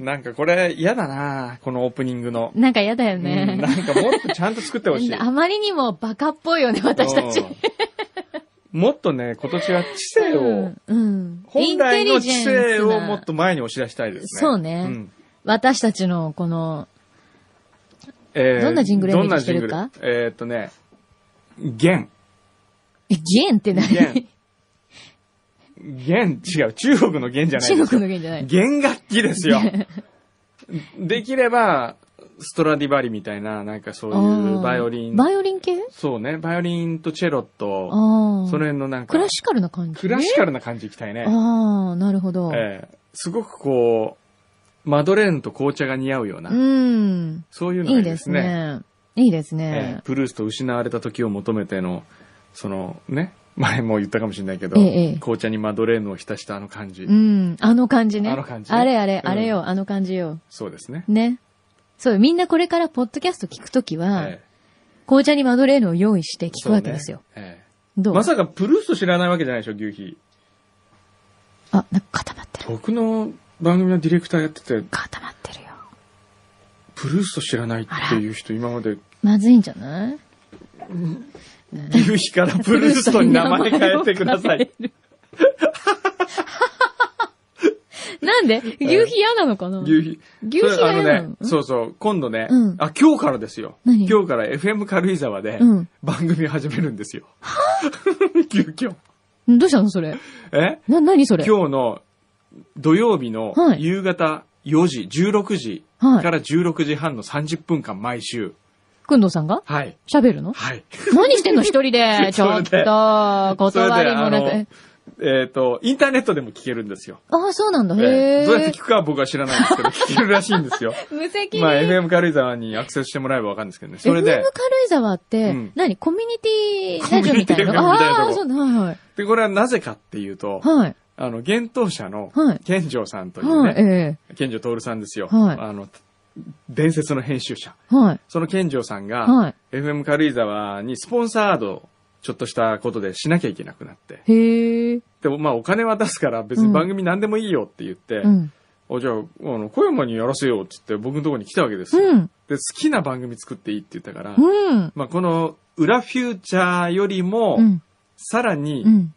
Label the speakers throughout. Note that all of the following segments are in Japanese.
Speaker 1: なんかこれ嫌だなこのオープニングの。
Speaker 2: なんか嫌だよ
Speaker 1: うん
Speaker 2: ね。
Speaker 1: なんかもっとちゃんと作ってほしい。
Speaker 2: あまりにもバカっぽいよね、私たち
Speaker 1: う。んもっとね、今年は知性
Speaker 2: う
Speaker 1: を、
Speaker 2: ん。うんイ
Speaker 1: 本
Speaker 2: ンテ
Speaker 1: 来の
Speaker 2: リ
Speaker 1: 知
Speaker 2: ジェン
Speaker 1: 性
Speaker 2: ス
Speaker 1: をもっ
Speaker 2: な
Speaker 1: と前に押し出したいですね。
Speaker 2: そうね
Speaker 1: ん
Speaker 2: 私たちのこの、
Speaker 1: えー
Speaker 2: どんなジングルイメージしてる
Speaker 1: どんな
Speaker 2: か
Speaker 1: ジングルえーっとね、弦。
Speaker 2: えゲンって何
Speaker 1: 弦。弦、違う。中国の弦じゃないですよ
Speaker 2: 中国のゲンじゃない。
Speaker 1: 弦楽器です よ。できれば、ストラディバリみたいな、なんかそういうバイオリン。
Speaker 2: バイオリン系
Speaker 1: そうね、バイオリンとチェロ
Speaker 2: あ
Speaker 1: と、
Speaker 2: あ。
Speaker 1: その辺のなんか、
Speaker 2: クラシカルな感じ。
Speaker 1: クラシカルな感じいきたいね。
Speaker 2: ああ、なるほど。
Speaker 1: ええすごくこう、マドレーヌと紅茶が似合うような、
Speaker 2: うん。
Speaker 1: そういうのが
Speaker 2: い
Speaker 1: いい
Speaker 2: い
Speaker 1: で
Speaker 2: ですす
Speaker 1: ね。
Speaker 2: ね。いいです
Speaker 1: ええ
Speaker 2: ね。
Speaker 1: プルースと失われた時を求めての、そのね、 前も言ったかもしれないけど、
Speaker 2: ええええ
Speaker 1: 紅茶にマドレーヌを浸したあの感じ、
Speaker 2: うん。あの感じね。
Speaker 1: あの感じ
Speaker 2: あれあれ、
Speaker 1: うん
Speaker 2: あれよ、あの感じよ。
Speaker 1: そうですね。
Speaker 2: ね。そうよみんなこれからポッドキャスト聞くときは、
Speaker 1: ええ
Speaker 2: 紅茶にマドレーヌを用意して聞くわけですよ。。
Speaker 1: そうねええ
Speaker 2: どう
Speaker 1: まさかプルースト知らないわけじゃないでしょ、牛皮。
Speaker 2: あ、なんか固まってる。
Speaker 1: 僕の番組のディレクターやってて、
Speaker 2: 固まってるよ。
Speaker 1: プルースト知らないっていう人今まで、
Speaker 2: まずいんじゃない
Speaker 1: 牛皮からプルーストに名前変えてくださ い。。
Speaker 2: なんで牛皮嫌なのかな
Speaker 1: 牛皮。
Speaker 2: 牛皮が
Speaker 1: それあの
Speaker 2: 嫌な
Speaker 1: ね
Speaker 2: の、
Speaker 1: そうそう、今度ね、
Speaker 2: うん
Speaker 1: あ、今日からですよ。
Speaker 2: 何
Speaker 1: 今日から FM 軽井沢で
Speaker 2: うん
Speaker 1: 番組を始めるんですよ。 急遽。
Speaker 2: どうしたのそれ。
Speaker 1: え
Speaker 2: な、なにそれ
Speaker 1: 今日の土曜日の
Speaker 2: はい
Speaker 1: 夕方4時、16時
Speaker 2: はい
Speaker 1: から16時半の30分間毎週。
Speaker 2: くんどうさんが
Speaker 1: はい。
Speaker 2: 喋るの
Speaker 1: はい。
Speaker 2: 何してんの一人で。ちょっ
Speaker 1: それで
Speaker 2: と、断りもな
Speaker 1: それで。
Speaker 2: く
Speaker 1: えっ、と、インターネットでも聞けるんですよ。
Speaker 2: ああ、そうなんだ。
Speaker 1: え
Speaker 2: へ
Speaker 1: ー
Speaker 2: え。
Speaker 1: どうやって聞くかは僕は知らないんですけど、聞けるらしいんです よ。
Speaker 2: 無責任。
Speaker 1: まあ、FM 軽井沢にアクセスしてもらえばわかるんですけどね。それ
Speaker 2: FM 軽
Speaker 1: で、
Speaker 2: 井沢っ
Speaker 1: う
Speaker 2: て
Speaker 1: ん、
Speaker 2: 何コミュニティラジオみたい
Speaker 1: コミュニティラ
Speaker 2: な
Speaker 1: ジオみたいなとこ
Speaker 2: ああ、そうだ。はい。
Speaker 1: で、これはなぜかっていうと、
Speaker 2: はい。
Speaker 1: あの、幻冬舎の
Speaker 2: はい、
Speaker 1: 健城さんという
Speaker 2: はい。
Speaker 1: ね、
Speaker 2: え
Speaker 1: 健城徹さんですよ。
Speaker 2: はい
Speaker 1: あの、伝説の編集者。
Speaker 2: え。はい。
Speaker 1: その健城さんが、
Speaker 2: はい
Speaker 1: FM 軽井沢にスポンサードをちょっとしたことでしなきゃいけなくなって。
Speaker 2: へえ。
Speaker 1: でも、まあ、お金は出すから別に番組何でもいいよって言って、
Speaker 2: うん。
Speaker 1: おじゃあ、あの、小山にやらせようって言って僕のところに来たわけですよ。
Speaker 2: うん。
Speaker 1: で、好きな番組作っていいって言ったから、
Speaker 2: うん。
Speaker 1: まあ、この、裏フューチャーよりも、
Speaker 2: うん。
Speaker 1: さらに
Speaker 2: う、ん。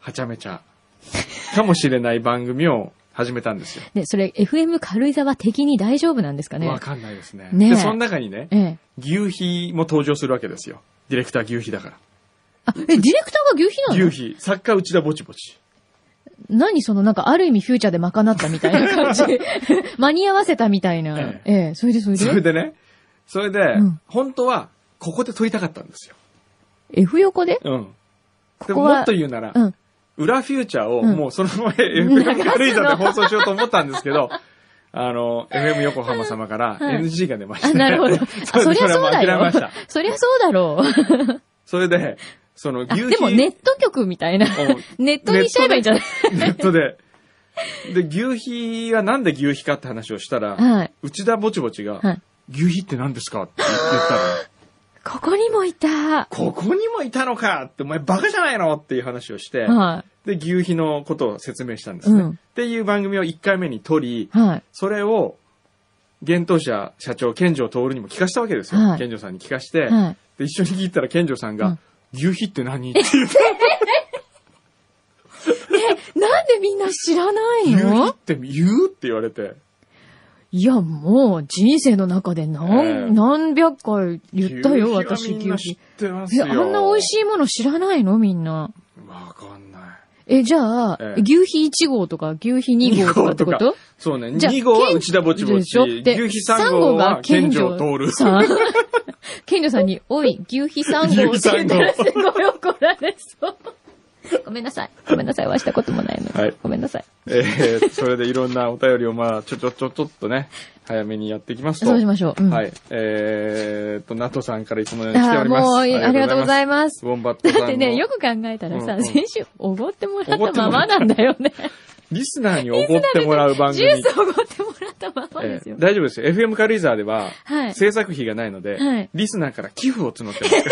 Speaker 1: はちゃめちゃ、かもしれない番組を始めたんですよ。
Speaker 2: ね、それ、FM 軽井沢的に大丈夫なんですかね
Speaker 1: わかんないですね。
Speaker 2: ねえ
Speaker 1: で、その中にね、
Speaker 2: ええ。
Speaker 1: 牛皮も登場するわけですよ。ディレクター牛皮だか
Speaker 2: あ、え、ディレクターが牛皮
Speaker 1: ら。
Speaker 2: なの
Speaker 1: 牛皮、作家内田ぼちぼち。
Speaker 2: 何その、なんか、ある意味フューチャーで賄ったみたいな 感じ。間に合わせたみたいな。
Speaker 1: え
Speaker 2: ええそれでそれで。
Speaker 1: それでね、それで、
Speaker 2: ん
Speaker 1: 本当は、ここで撮りたかったんですよ。
Speaker 2: F 横で
Speaker 1: うん。で
Speaker 2: こ
Speaker 1: も
Speaker 2: は
Speaker 1: もっと言うなら、
Speaker 2: うん。
Speaker 1: 裏フューチャーを
Speaker 2: うん
Speaker 1: もうそのまま
Speaker 2: 流す
Speaker 1: FM
Speaker 2: の
Speaker 1: 軽井沢で放送しようと思ったんですけど、あの、FM 横浜様から
Speaker 2: はい
Speaker 1: NG が出まし
Speaker 2: あ、
Speaker 1: て、
Speaker 2: なるほ ど。あ、そ
Speaker 1: れ
Speaker 2: りゃ
Speaker 1: で
Speaker 2: そうだ
Speaker 1: れはも諦めました
Speaker 2: よ。 そりゃそうだろう。
Speaker 1: それで、その
Speaker 2: あ
Speaker 1: 牛皮、
Speaker 2: でも、ネット局みたいな。ネットにしちゃえばいいんじゃない
Speaker 1: ネットで、で、牛皮はなんで牛皮かって話をしたら、
Speaker 2: はい。
Speaker 1: 内田ぼちぼちが、
Speaker 2: はい
Speaker 1: 牛皮って何ですかって言ったら、
Speaker 2: ここにもいた。
Speaker 1: ここにもいたのかって、お前バカじゃないのっていう話をして、
Speaker 2: は
Speaker 1: で、牛皮のことを説明したんですね。
Speaker 2: うん
Speaker 1: っていう番組を1回目に撮り、
Speaker 2: い。はい。
Speaker 1: それを、現当社社長、健城徹にも聞かしたわけですよ。
Speaker 2: はい
Speaker 1: 健城さんに聞かして、
Speaker 2: はい。
Speaker 1: で、一緒に聞いたら健城さんが、
Speaker 2: うん
Speaker 1: 牛皮って何って言って
Speaker 2: なんでみんな知らない
Speaker 1: 牛皮
Speaker 2: の
Speaker 1: って言うって言われて、
Speaker 2: いや、もう、人生の中で何、
Speaker 1: ええ
Speaker 2: 何百回言ったよ、私、
Speaker 1: 牛皮はみん
Speaker 2: 牛
Speaker 1: な知っ
Speaker 2: 皮。
Speaker 1: てます
Speaker 2: え、
Speaker 1: よ。
Speaker 2: あんな美味しいもの知らないのみんな。
Speaker 1: わかんない。
Speaker 2: え、じゃあ、
Speaker 1: ええ
Speaker 2: 牛皮1号とか牛皮2号とかってこ
Speaker 1: 二号
Speaker 2: と
Speaker 1: そうね。
Speaker 2: じゃあ
Speaker 1: 2号は内田ぼちぼ
Speaker 2: で
Speaker 1: ち。
Speaker 2: しょ
Speaker 1: 牛皮3号は健城徹。
Speaker 2: さん。健女さんに、おい、牛皮3号って言ったらすごい怒られそう。ごめんなさい。ごめんなさい。はしたこともないので。
Speaker 1: はい
Speaker 2: ごめんなさい。
Speaker 1: えー、それでいろんなお便りをまあ、ちょちょちょちょっとね、早めにやっていきますと。
Speaker 2: そうしましょう。うん、
Speaker 1: はい。えーっと、ナトさんからいつものように来て
Speaker 2: あ
Speaker 1: お
Speaker 2: あ、
Speaker 1: ります。
Speaker 2: もう、ありがとうございます。
Speaker 1: ウォンバットさんの。
Speaker 2: だってね、よく考えたら
Speaker 1: う
Speaker 2: さ、
Speaker 1: んうん
Speaker 2: 先週、おごってもらっ
Speaker 1: 奢ったてもら
Speaker 2: まま
Speaker 1: っ
Speaker 2: なんだよね。
Speaker 1: リスナーにおごってもらう番
Speaker 2: ジ
Speaker 1: 組。
Speaker 2: ュースおごってもらったまま
Speaker 1: え
Speaker 2: ですよ
Speaker 1: ー。大丈夫ですよ。FM 軽井沢では、
Speaker 2: はい。
Speaker 1: 制作費がないので、
Speaker 2: はい
Speaker 1: リスナーから寄付を募って ます。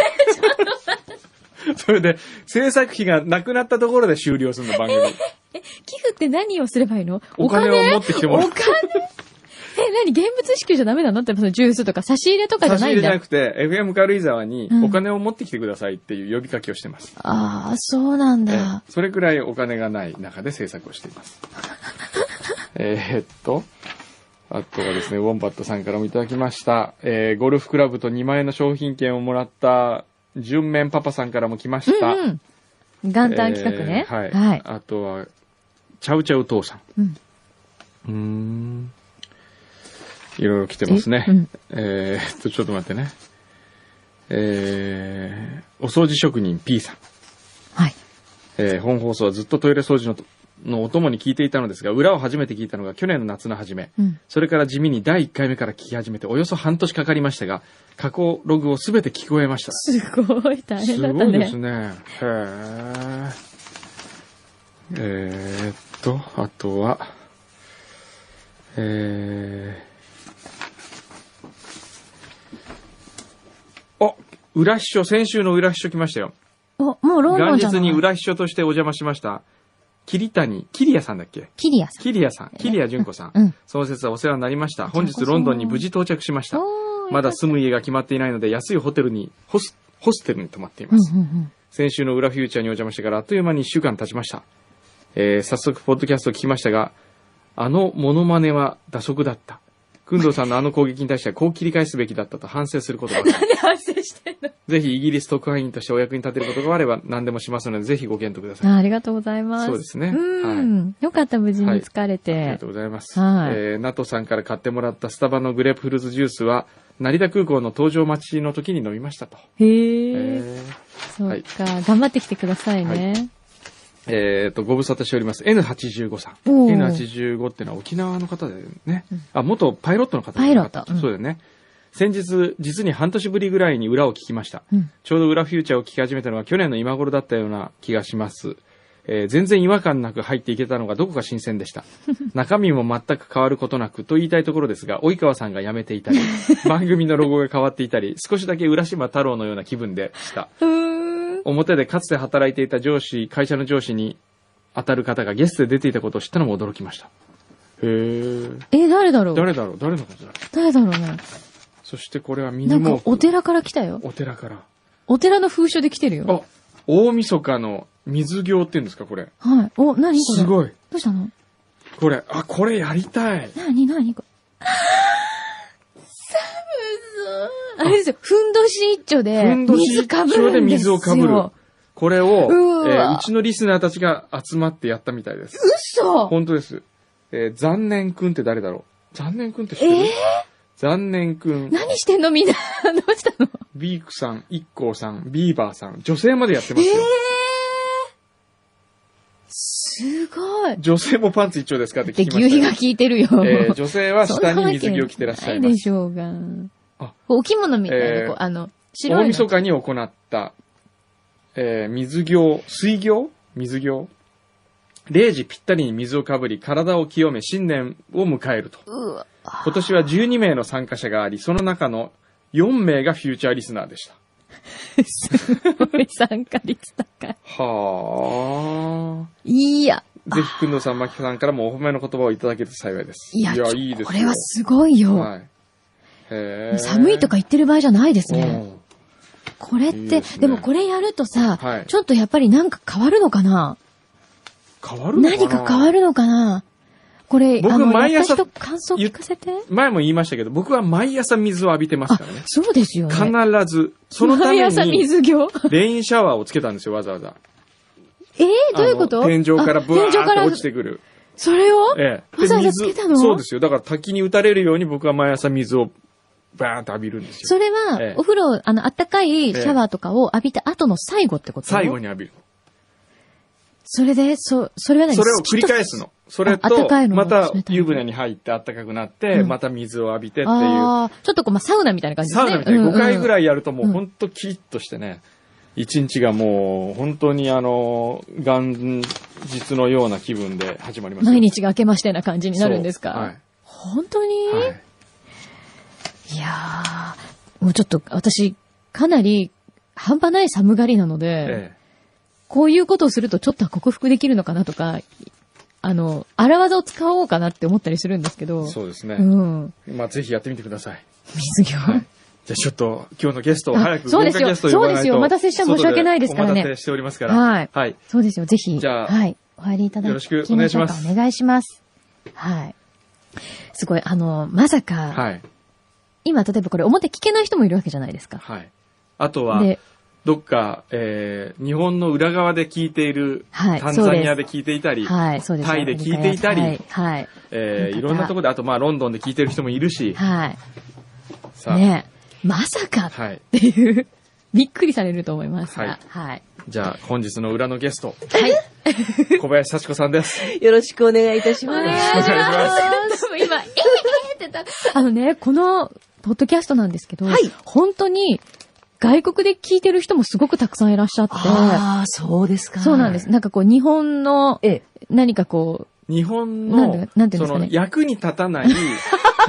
Speaker 1: それで、制作費がなくなったところで終了するの、番組。
Speaker 2: 寄付って何をすればいいの
Speaker 1: お金を持ってきてもらう
Speaker 2: お金 え、何現物支給じゃダメなのって、そのジュースとか差し入れとかじ
Speaker 1: 差
Speaker 2: ゃ
Speaker 1: し
Speaker 2: な
Speaker 1: 入
Speaker 2: い
Speaker 1: れ
Speaker 2: ん
Speaker 1: じ
Speaker 2: だ。
Speaker 1: ゃなくて、FM 軽井沢に
Speaker 2: うん
Speaker 1: お金を持ってきてくださいっていう呼びかけをしてます。
Speaker 2: ああ、そうなん
Speaker 1: え
Speaker 2: だ
Speaker 1: ー。それくらいお金がない中で制作をしてい ます。えーっと、あとはですね、ウォンバットさんからもいただきました。えーゴルフクラブと2万円の商品券をもらった、純面パパさんからも来ました。
Speaker 2: うんうん。元旦企画ね。
Speaker 1: えーはい。
Speaker 2: はい。
Speaker 1: あとは、チャウチャウ父さん。
Speaker 2: うん
Speaker 1: うーん。いろいろ来てますね。
Speaker 2: えうん
Speaker 1: えーっと、ちょっと待ってね。えー、お掃除職人 P さん。
Speaker 2: はい。
Speaker 1: えー本放送はずっとトイレ掃除のとのお供に聞いていたのですが、裏を初めて聞いたのが去年の夏の初め。
Speaker 2: うん。
Speaker 1: それから地味に第1回目から聞き始めておよそ半年かかりましたが、過去ログをすべて聞こえました。
Speaker 2: すごい大変だ
Speaker 1: す
Speaker 2: った
Speaker 1: ごいです
Speaker 2: ね。
Speaker 1: ね。へえ。えー、っと、あとは、えー、あ裏秘書、先週の裏秘書来ましたよ。
Speaker 2: お、もうロンド
Speaker 1: 元
Speaker 2: ンじゃ
Speaker 1: 日
Speaker 2: ない
Speaker 1: に裏秘書としてお邪魔しました。桐谷、桐谷さんだっけ
Speaker 2: キリアさん。
Speaker 1: 桐谷さん、桐谷純子さん。
Speaker 2: うん。
Speaker 1: 創設はお世話になりました。本
Speaker 2: こ
Speaker 1: 日
Speaker 2: そ
Speaker 1: ロンドンに無事到着しました。
Speaker 2: おー
Speaker 1: まだ住む家が決まっていないので、安いホテルに、ホス、ホステルに泊まってい
Speaker 2: うん
Speaker 1: ます。
Speaker 2: う んうん。
Speaker 1: 先週の裏フューチャーにお邪魔してからあっという間に1週間経ちました。えー早速、ポッドキャストを聞きましたが、あのモノマネは打足だった。工藤さんのあの攻撃に対してはこう切り返すべきだったと反省することばかり。
Speaker 2: なんで反省してんの
Speaker 1: ぜひイギリス特派員としてお役に立てることがあれば何でもしますので、ぜひご検討ください。
Speaker 2: あありがとうございます。
Speaker 1: そうですね
Speaker 2: うん。よかった、無事に疲れ
Speaker 1: あり
Speaker 2: て
Speaker 1: がと。うございます。
Speaker 2: はい
Speaker 1: えー、ナトさんから買ってもらったスタバのグレープフルーツジュースは、成田空港の搭乗待ちの時に飲みましたと。
Speaker 2: へえ。
Speaker 1: えー
Speaker 2: そっか。頑張ってきてくださいね。
Speaker 1: えっ、と、ご無沙汰しております。N85 さん。
Speaker 2: おー
Speaker 1: N85 ってのは沖縄の方だよね。あ、元パイロットの方
Speaker 2: パイロットうん
Speaker 1: そうだよね。先日、実に半年ぶりぐらいに裏を聞きました。
Speaker 2: うん。
Speaker 1: ちょうど裏フューチャーを聞き始めたのは去年の今頃だったような気がします。えー全然違和感なく入っていけたのがどこか新鮮で した。中身も全く変わることなくと言いたいところですが、及川さんが辞めていたり、 番組のロゴが変わっていたり、少しだけ浦島太郎のような気分でした。
Speaker 2: うーん。
Speaker 1: 表でかつて働いていた上司、会社の上司に当たる方がゲストで出ていたことを知ったのも驚きました。へえ。
Speaker 2: え、誰だろう
Speaker 1: 誰だろう誰のことだろう
Speaker 2: 誰だろうね。
Speaker 1: そしてこれはミ
Speaker 2: な
Speaker 1: ニ
Speaker 2: ん
Speaker 1: モ
Speaker 2: か
Speaker 1: ー、ク。
Speaker 2: お寺から来たよ。
Speaker 1: お寺から。
Speaker 2: お寺の風書で来てるよ。
Speaker 1: あ、大晦日の水行って言うんですかこれ。
Speaker 2: はい。お、何これ
Speaker 1: すごい。
Speaker 2: どうしたの
Speaker 1: これ、あ、これやりたい。
Speaker 2: 何何これ。寒そう。あれですよ。ふんどし一丁で、
Speaker 1: ふんどし
Speaker 2: 水かぶるんですよ。
Speaker 1: 一丁で水をかこれを、
Speaker 2: うーわ
Speaker 1: えーうちのリスナーたちが集まってやったみたいです。
Speaker 2: 嘘
Speaker 1: 本当です。えー残念くんって誰だろう残念くんって知ってる、
Speaker 2: えー
Speaker 1: 残念くん、
Speaker 2: 何してんのみんな。 どうしたの
Speaker 1: ビークさん、一光さん、ビーバーさん、女性までやってま
Speaker 2: え
Speaker 1: すよ。
Speaker 2: えすごい。
Speaker 1: 女性もパンツ一丁ですかって
Speaker 2: で、
Speaker 1: 聞きま
Speaker 2: 牛皮
Speaker 1: し
Speaker 2: が
Speaker 1: たよ。
Speaker 2: 効いてるよ。
Speaker 1: えー女性は
Speaker 2: そんな
Speaker 1: 下
Speaker 2: わけ
Speaker 1: に水着を着てらっしゃいま。
Speaker 2: なですしょうが
Speaker 1: あ。
Speaker 2: お着物みたいな、こう
Speaker 1: えー
Speaker 2: あの、白
Speaker 1: 大
Speaker 2: いの。
Speaker 1: 晦日に行った、えー水行、水行水行。0時ぴったりに水をかぶり、体を清め、新年を迎えると。
Speaker 2: うわ
Speaker 1: 今年は12名の参加者があり、その中の4名がフューチャーリスナーでした。
Speaker 2: すごい参加率高い。
Speaker 1: はあ。
Speaker 2: いや。
Speaker 1: ぜひ、くんどうさん、まきさんからもお褒めの言葉をいただけると幸いです。
Speaker 2: いや、
Speaker 1: いいですよ
Speaker 2: これはすごいよ。
Speaker 1: はい。へー
Speaker 2: 寒いとか言ってる場合じゃないですね。
Speaker 1: うん
Speaker 2: これって
Speaker 1: いい
Speaker 2: で
Speaker 1: ですね
Speaker 2: もこれやるとさ、
Speaker 1: はい
Speaker 2: ちょっとやっぱりなんか変わるのかな
Speaker 1: 変わるのかな
Speaker 2: 何か変わるのかなこれ、
Speaker 1: 僕
Speaker 2: あの、
Speaker 1: 毎朝
Speaker 2: やった人感想聞かせて。
Speaker 1: 前も言いましたけど、僕は毎朝水を浴びてます
Speaker 2: あ
Speaker 1: からね、。
Speaker 2: そうですよね。
Speaker 1: 必ず、そのため
Speaker 2: 毎朝
Speaker 1: に、
Speaker 2: 水行。
Speaker 1: レインシャワーをつけたんですよ、わざわざ。
Speaker 2: えー、 どういうこ
Speaker 1: あ
Speaker 2: と
Speaker 1: の天井からブワー
Speaker 2: あ天井か
Speaker 1: ッ
Speaker 2: ら
Speaker 1: と落ちてくる。
Speaker 2: それを
Speaker 1: ええ。
Speaker 2: わざわざ
Speaker 1: 水
Speaker 2: つけたの
Speaker 1: そうですよ。だから滝に打たれるように僕は毎朝水をバーンと浴びるんですよ。
Speaker 2: それは、
Speaker 1: ええ
Speaker 2: お風呂、あの、あったかいシャワーとかを浴びた後の最後ってこと
Speaker 1: 最後に浴びる。
Speaker 2: それで、そ、それは何
Speaker 1: それを繰り返す。の。それ
Speaker 2: あ温
Speaker 1: と
Speaker 2: かい、のも
Speaker 1: また
Speaker 2: 冷たいのも
Speaker 1: 湯船に入って暖かくなって、
Speaker 2: うん
Speaker 1: また水を浴びてっ
Speaker 2: スキッ
Speaker 1: てい
Speaker 2: と
Speaker 1: う。
Speaker 2: ああ、ちょっとこう、まあ、サウナみたいな感じです
Speaker 1: サ
Speaker 2: ね。
Speaker 1: ウナみたいに5回ぐ
Speaker 2: い。
Speaker 1: らいやるともううんほんとキリッとしてね、一日がもう本当にあの、元日のような気分で始まりますよ。
Speaker 2: 毎日が明けましてな感じになるんですか、
Speaker 1: そうはい。
Speaker 2: 本当に、
Speaker 1: はい
Speaker 2: いやー、もうちょっと私、かなり半端ない寒がりなので、
Speaker 1: え
Speaker 2: こういうことをするとちょっとは克服できるのかなとか、あの、荒技を使おうかなって思ったりするんですけど、
Speaker 1: えそうですね。
Speaker 2: うん。
Speaker 1: まあぜひやってみてください。
Speaker 2: 水着を。
Speaker 1: はいじゃあちょっと今日のゲストを
Speaker 2: あ
Speaker 1: 早く
Speaker 2: そう
Speaker 1: 豪華
Speaker 2: で
Speaker 1: ゲ
Speaker 2: すよ
Speaker 1: ストを呼ばないと
Speaker 2: そうですよお待たせして申し訳ないですからね
Speaker 1: 外お待たせしておりますから。
Speaker 2: はい
Speaker 1: はい。
Speaker 2: そうですよ、ぜひ。
Speaker 1: じゃあ
Speaker 2: はい。お入りいただき
Speaker 1: よろしくお願いします
Speaker 2: ましょうかお願いします。はい。すごい、あの、まさか、
Speaker 1: はい。
Speaker 2: 今、例えばこれ表聞けない人もいるわけじゃないですか。
Speaker 1: はい。あとは、
Speaker 2: で、
Speaker 1: どっか、えー、日本の裏側で聞いている、
Speaker 2: はい
Speaker 1: タン
Speaker 2: そう
Speaker 1: ザ
Speaker 2: です
Speaker 1: ニアで聞いていたり、
Speaker 2: はい、そうですよ
Speaker 1: タイで聞いていたり
Speaker 2: はい、はい、
Speaker 1: え
Speaker 2: なんか
Speaker 1: ー、いろんなところで、あとまあロンドンで聞いてる人もいるし、
Speaker 2: はい。
Speaker 1: さあ、
Speaker 2: ねえまさかっ
Speaker 1: はい。
Speaker 2: ていう、 びっくりされると思いますが、はい。
Speaker 1: じゃあ本日の裏のゲスト、
Speaker 2: はい。
Speaker 1: 小林幸子さん です。
Speaker 3: よろしくお願いいたし
Speaker 2: お。
Speaker 3: ます。
Speaker 1: 願いします
Speaker 2: 今、えー、えーって言った。あのね、この、ポッドキャストなんですけど、
Speaker 3: はい
Speaker 2: 本当に、外国で聞いてる人もすごくたくさんいらっしゃっ
Speaker 3: ああ、そうです
Speaker 2: て、
Speaker 3: か。
Speaker 2: そうなんです。なんかこう、日本の、
Speaker 3: ええ。
Speaker 2: 何かこ
Speaker 1: 日本の、
Speaker 2: なんてなんていうんですかね
Speaker 1: その、役に立た ない、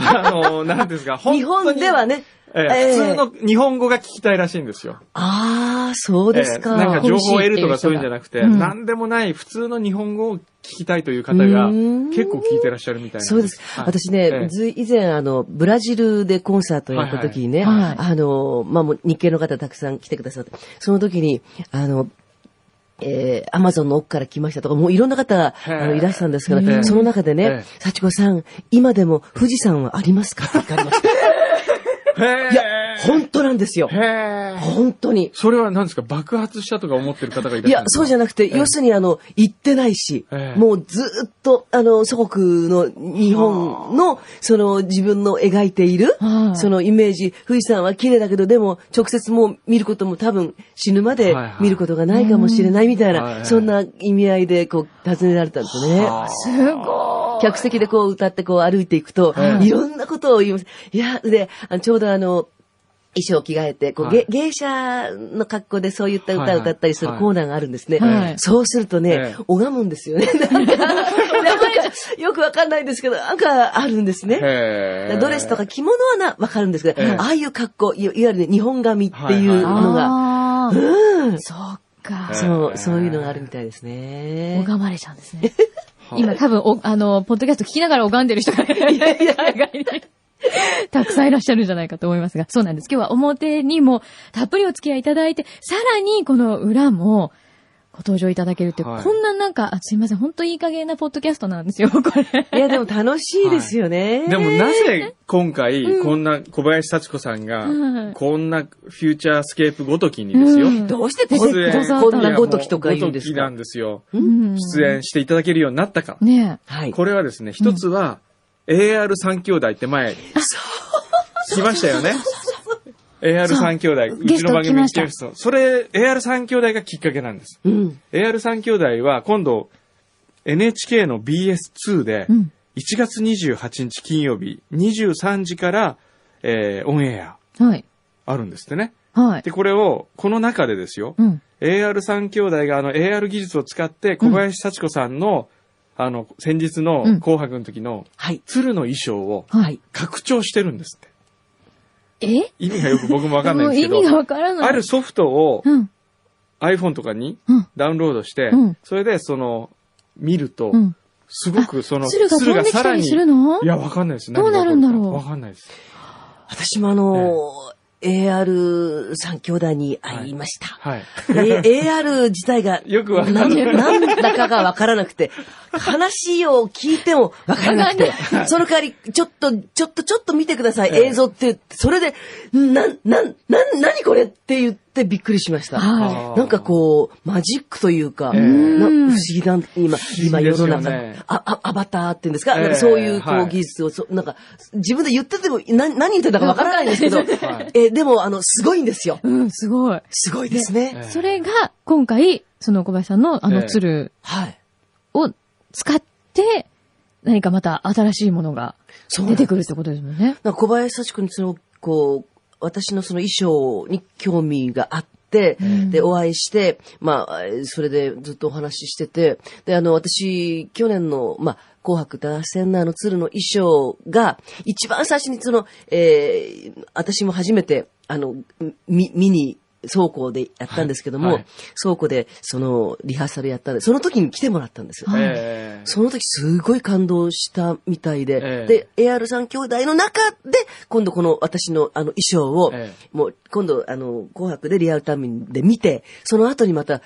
Speaker 1: あの、なんていうんですか、
Speaker 3: 日本では
Speaker 1: ね、
Speaker 3: ね、
Speaker 1: えー
Speaker 3: ええ
Speaker 1: 普通の日本語が聞きたいらしいんですよ。
Speaker 3: ああ、そうです
Speaker 1: えーなんか
Speaker 3: か。
Speaker 1: 情報を得るとかそういうんじゃなくて、
Speaker 2: うん
Speaker 1: 何でもない普通の日本語を聞きたいという方が
Speaker 3: うーん
Speaker 1: 結構聞いてらっしゃるみたいな。
Speaker 3: そうです。
Speaker 1: はい
Speaker 3: 私
Speaker 1: ええ
Speaker 3: ね、ずい以前、あの、ブラジルでコンサートをやった時にね、
Speaker 2: はいはい
Speaker 3: あの、まあ、もう日系の方たくさん来てくださって、その時に、あの、えー、アマゾンの奥から来ましたとか、もういろんな方が、
Speaker 1: ええ
Speaker 3: あの、いらっしゃるんですか
Speaker 1: ええ
Speaker 3: ら、その中で
Speaker 1: え
Speaker 3: ね
Speaker 1: え、
Speaker 3: 幸子さん、今でも富士山はありますかって聞か れました。
Speaker 1: へー
Speaker 3: いや、本当なんですよ。
Speaker 1: へー
Speaker 3: 本当に。
Speaker 1: それは何ですか爆発したとか思ってる方がいらっ
Speaker 3: い
Speaker 1: しゃる
Speaker 3: や、そうじゃ
Speaker 1: ない。
Speaker 3: なくて、要するにあの、行ってないし、
Speaker 1: ええ
Speaker 3: もうずっと、あの、祖国の日本の、その自分の描いている、
Speaker 2: はい
Speaker 3: そのイメージ、富士山は綺麗だけど、でも直接もう見ることも多分死ぬま
Speaker 1: は
Speaker 3: で
Speaker 1: いはい
Speaker 3: 見ることがないかもしれないみたいな、
Speaker 1: はい
Speaker 3: そんな意味合いで、こう、尋ねられたんですよね。
Speaker 2: う、すごい。
Speaker 3: 客席でこう歌ってこう歩いていくと、
Speaker 1: はい
Speaker 3: いろんなことを言います。いや、で、あのちょうどあの、衣装を着替えて、こう、
Speaker 1: はい
Speaker 3: ゲ芸者の格好でそういっ
Speaker 1: は
Speaker 3: た
Speaker 1: いは
Speaker 3: 歌
Speaker 1: い
Speaker 3: を歌ったりするコーナーがあるんですね。
Speaker 2: はい
Speaker 3: そうすると
Speaker 1: え
Speaker 3: ね、
Speaker 1: え
Speaker 3: 拝むんですよね。 なんか、よくわかんないんですけど、なんかあるんですね。
Speaker 1: へー
Speaker 3: ドレスとか着物はな、わかるんですけど、
Speaker 1: ええ
Speaker 3: ああいう格好、いわいわゆるね、日本髪ってい
Speaker 1: は
Speaker 3: う
Speaker 1: い
Speaker 3: のが、
Speaker 2: あーそっか。
Speaker 3: そ
Speaker 1: ええ
Speaker 3: う、そういうのがあるみたいですね。
Speaker 2: 拝まれちゃうんですね。今多分、お、あの、ポッドキャスト聞きながら拝んでる人が、たくさんいらっしゃるんじゃないかと思いますが、そうなんです。今日は表にもたっぷりお付き合いいただいて、さらにこの裏もご登場いただけるっていう、
Speaker 1: はい
Speaker 2: こんななんか、あすいません、本当いい加減なポッドキャストなんですよ、これ。
Speaker 3: いや、でも楽しいですよね。
Speaker 1: でもなぜ今回、こんな小林幸子さんが
Speaker 2: はい、
Speaker 1: こんなフューチャースケープごときにですよ。
Speaker 2: うん
Speaker 3: どうして
Speaker 2: 出
Speaker 3: こ
Speaker 2: て
Speaker 3: ん
Speaker 2: くださった
Speaker 3: こんなごときとか言うんで
Speaker 1: ご
Speaker 3: す
Speaker 1: ときな
Speaker 3: か
Speaker 1: んですよ。
Speaker 2: うん
Speaker 1: 出演していただけるようになったから。
Speaker 2: ね
Speaker 3: はい。
Speaker 1: これはですね、一つは、AR3 兄弟って前、来ましたよね。AR3 兄弟、う
Speaker 2: ゲ
Speaker 1: ち
Speaker 2: ス
Speaker 1: の
Speaker 2: ト
Speaker 1: 番
Speaker 2: 来
Speaker 1: 組
Speaker 2: ま
Speaker 1: に
Speaker 2: し
Speaker 1: 来て
Speaker 2: た
Speaker 1: る人。それ、AR3 兄弟がきっかけなんです。
Speaker 3: うん。
Speaker 1: AR3 兄弟は今度、NHK の BS2 で
Speaker 2: う、ん。
Speaker 1: 1月28日金曜日、23時から、えーオンエア、
Speaker 2: はい。
Speaker 1: あるんですってね。
Speaker 2: はい。
Speaker 1: で、これを、この中でですよ、
Speaker 2: うん。
Speaker 1: AR3 兄弟があの AR 技術を使って小林幸子さんの、あの、先日の
Speaker 2: うん
Speaker 1: 紅白の時の
Speaker 3: はい。
Speaker 1: 鶴の衣装を
Speaker 2: はい。
Speaker 1: 拡張してるんですって。
Speaker 2: え
Speaker 1: 意味がよく僕もわかんないん
Speaker 2: もう
Speaker 1: ですけ
Speaker 2: 意
Speaker 1: ど、
Speaker 2: 味がわからない。
Speaker 1: あるソフトを
Speaker 2: うん。
Speaker 1: iPhone とかに
Speaker 2: うん。
Speaker 1: ダウンロードして、
Speaker 2: うん
Speaker 1: それでその、見ると
Speaker 2: う、ん。
Speaker 1: すごくその、
Speaker 2: 鶴が飛んできたりするの
Speaker 1: いや、わかんないです。
Speaker 2: どうなるんだろう
Speaker 1: 何が起こかわかんないです。
Speaker 3: 私もあのー、AR3 兄弟に会いました。
Speaker 1: はい。
Speaker 3: え AR 自体が、
Speaker 1: よくわかんな
Speaker 3: ないんなんだかがわからなくて、話を聞いてもわからなくて
Speaker 2: わ、
Speaker 3: その代わり、ちょっと、ちょっと、ちょっと見てください、
Speaker 1: ええ
Speaker 3: 映像って、それで、なん、なん、なん、何これって言って、ってびっくりしました。
Speaker 2: は
Speaker 3: なんかこう、マジックというか、
Speaker 1: ええ
Speaker 3: な不思議な、今、
Speaker 1: 議
Speaker 3: 今世の
Speaker 1: です
Speaker 3: 中、
Speaker 1: よね
Speaker 3: ああアバターっていうんですか、
Speaker 1: ええ
Speaker 3: なんかそういうこ
Speaker 1: は
Speaker 3: う
Speaker 1: い
Speaker 3: 技術を、そなんか、自分で言ってても、な何言ってたかわからないんですけど、
Speaker 1: はい
Speaker 3: えでも、あの、すごいんですよ。
Speaker 2: うん、すごい。
Speaker 3: すごいですね。
Speaker 1: ええ
Speaker 2: それが、今回、その小林さんの
Speaker 1: え
Speaker 2: あの
Speaker 1: え
Speaker 2: 鶴
Speaker 3: はい。
Speaker 2: を使って、何かまた新しいものが
Speaker 3: そうな
Speaker 2: 出
Speaker 3: んで
Speaker 2: て
Speaker 3: す
Speaker 2: くるってことですもんね。
Speaker 3: なんか小林幸子にその、こう、私のその衣装に興味があって、
Speaker 2: ん
Speaker 3: で、お会いして、まあ、えーそれでずっとお話ししてて、で、あの、私、去年の、まあ、紅白ダーセンナーの鶴の衣装が、一番最初にその、えー私も初めて、あの、み見に、倉庫でやったんですけども、
Speaker 1: はいはい
Speaker 3: 倉庫で、その、リハーサルやったんで、その時に来てもらったんですよ。
Speaker 2: はい
Speaker 1: ええ
Speaker 3: その時すごい感動したみたいで、
Speaker 1: え
Speaker 3: で、AR3 兄弟の中で、今度この私のあの衣装を、
Speaker 1: え
Speaker 3: もう今度あの、紅白でリアルタイムで見て、その後にまた、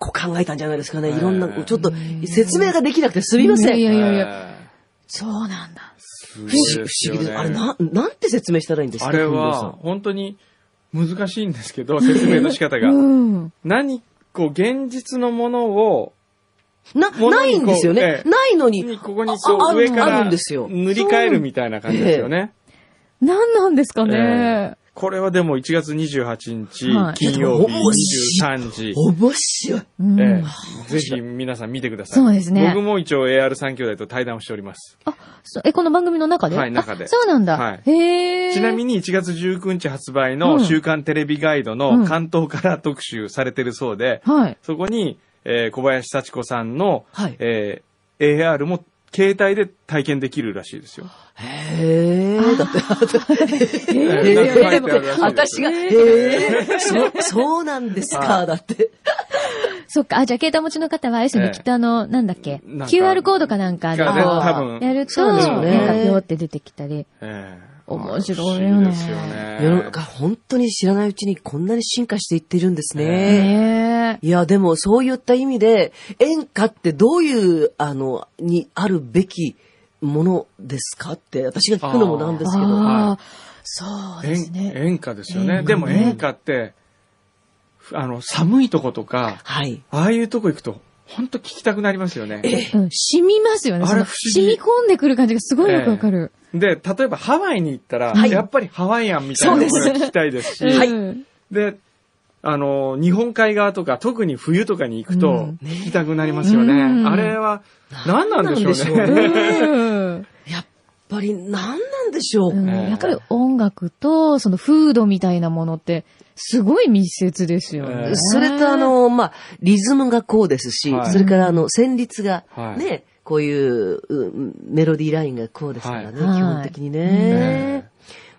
Speaker 3: こう考えたんじゃないですかね。
Speaker 1: ええ
Speaker 3: いろんな、ちょっと説明ができなくてすみません。
Speaker 2: いやいやいや、
Speaker 1: ええ
Speaker 2: そうなんだ。
Speaker 1: すごい
Speaker 3: 不思
Speaker 1: です
Speaker 3: 議
Speaker 1: よ
Speaker 3: 不
Speaker 1: ね
Speaker 3: 思議で、あれな、なんて説明したらいいんですか
Speaker 1: あれ
Speaker 3: 近藤さ
Speaker 1: は、
Speaker 3: ん
Speaker 1: 本当に難しいんですけど、 説明の仕方
Speaker 2: う
Speaker 1: が。
Speaker 2: ん。
Speaker 1: 何、こう、現実のものを、
Speaker 3: な、
Speaker 1: 物にこう
Speaker 3: ないんですよね
Speaker 1: え。え
Speaker 3: ないのに、
Speaker 1: ここにこ
Speaker 3: ああ
Speaker 1: う、上か
Speaker 3: あ
Speaker 1: ら
Speaker 3: るんですよ
Speaker 1: 塗り替えるみたいな感じですよね。
Speaker 2: 何なんですか
Speaker 1: え
Speaker 2: ね。
Speaker 1: えこれはでも1月28日、
Speaker 2: はい
Speaker 1: 金曜日
Speaker 3: ちょっと面白
Speaker 1: 23時。
Speaker 3: 面白い。
Speaker 2: うん
Speaker 1: ええぜひ皆さん見てください。
Speaker 2: そうですね
Speaker 1: 僕も一応 AR3 兄弟と対談をしております。
Speaker 2: そえ、この番組の中で
Speaker 1: はい中で
Speaker 2: あそうなんだ。
Speaker 1: はい
Speaker 2: へえ。
Speaker 1: ちなみ
Speaker 2: に。
Speaker 1: に1月19日発売
Speaker 2: う
Speaker 1: の
Speaker 2: ん
Speaker 1: 週刊テレビガイド
Speaker 2: う
Speaker 1: の
Speaker 2: ん
Speaker 1: 関東から特集されてるそうで、
Speaker 2: はい。
Speaker 1: そこに、えー小林幸子さんの、
Speaker 3: はい
Speaker 1: えー AR も携帯で体験できるらしいですよ。
Speaker 3: へえ。だって、
Speaker 1: え
Speaker 3: え
Speaker 1: ーなんか書いて
Speaker 3: でも
Speaker 1: あるらしいです
Speaker 3: 私が、え え、そう、そうなんです
Speaker 1: は
Speaker 3: か、
Speaker 1: い
Speaker 3: だって。
Speaker 2: そっか。あ、じゃあ、携帯持ちの方は、あれですよね、
Speaker 1: ええ
Speaker 2: きっとあの、なんだっけ。
Speaker 1: なんか
Speaker 2: QR コードかなんかでこ
Speaker 1: が
Speaker 2: う
Speaker 1: ね、
Speaker 3: あー
Speaker 1: 多分。
Speaker 2: やると、
Speaker 3: そうです
Speaker 1: よね
Speaker 2: なんかぴょーって出てきたり。
Speaker 1: えー
Speaker 2: 面白いよね
Speaker 1: 面白いですよね。
Speaker 3: 世の中、本当に知らないうちにこんなに進化していっているんですね。
Speaker 2: ねえ。
Speaker 3: いや、でもそういった意味で、演歌ってどういう、あの、にあるべきものですかって、私が聞くのもなんですけど。
Speaker 2: あ
Speaker 1: は
Speaker 2: あ、そうです
Speaker 1: 演
Speaker 2: ね。
Speaker 1: 演歌ですよね。
Speaker 2: うん
Speaker 1: でも演歌って、あの、寒いとことか、
Speaker 3: はい。
Speaker 1: ああいうとこ行くと、ほんと聞きたくなりますよね。
Speaker 2: うん、染みますよね。
Speaker 1: あれ
Speaker 2: その
Speaker 1: 不思
Speaker 2: 染
Speaker 1: 議
Speaker 2: み込んでくる感じがすごいよくわかる。
Speaker 1: で、例えばハワイに行ったら、
Speaker 3: はい
Speaker 1: やっぱりハワイアンみたいなところが聞きたいですし、
Speaker 3: ええはいう
Speaker 1: で、あの、日本海側とか、特に冬とかに行く
Speaker 2: う
Speaker 1: と
Speaker 2: ん、
Speaker 1: 聞きたくなりますよね。
Speaker 2: うん
Speaker 1: あれは、何なんでしょう
Speaker 3: なんでしょう
Speaker 1: ね。
Speaker 3: ね
Speaker 2: ん。
Speaker 3: やっぱり何なんでしょう
Speaker 2: うん
Speaker 1: ええ
Speaker 2: やっぱり音楽と、その風土みたいなものって、すごい密接ですよ
Speaker 1: え
Speaker 2: ね。
Speaker 1: え
Speaker 3: それとあ、の、まあ、リズムがこうですし、
Speaker 1: はい
Speaker 3: それからあの、旋律が
Speaker 1: はい
Speaker 3: ね、こういううんメロディーラインがこうですからね、
Speaker 2: はい
Speaker 3: 基本的に
Speaker 1: え
Speaker 3: ね。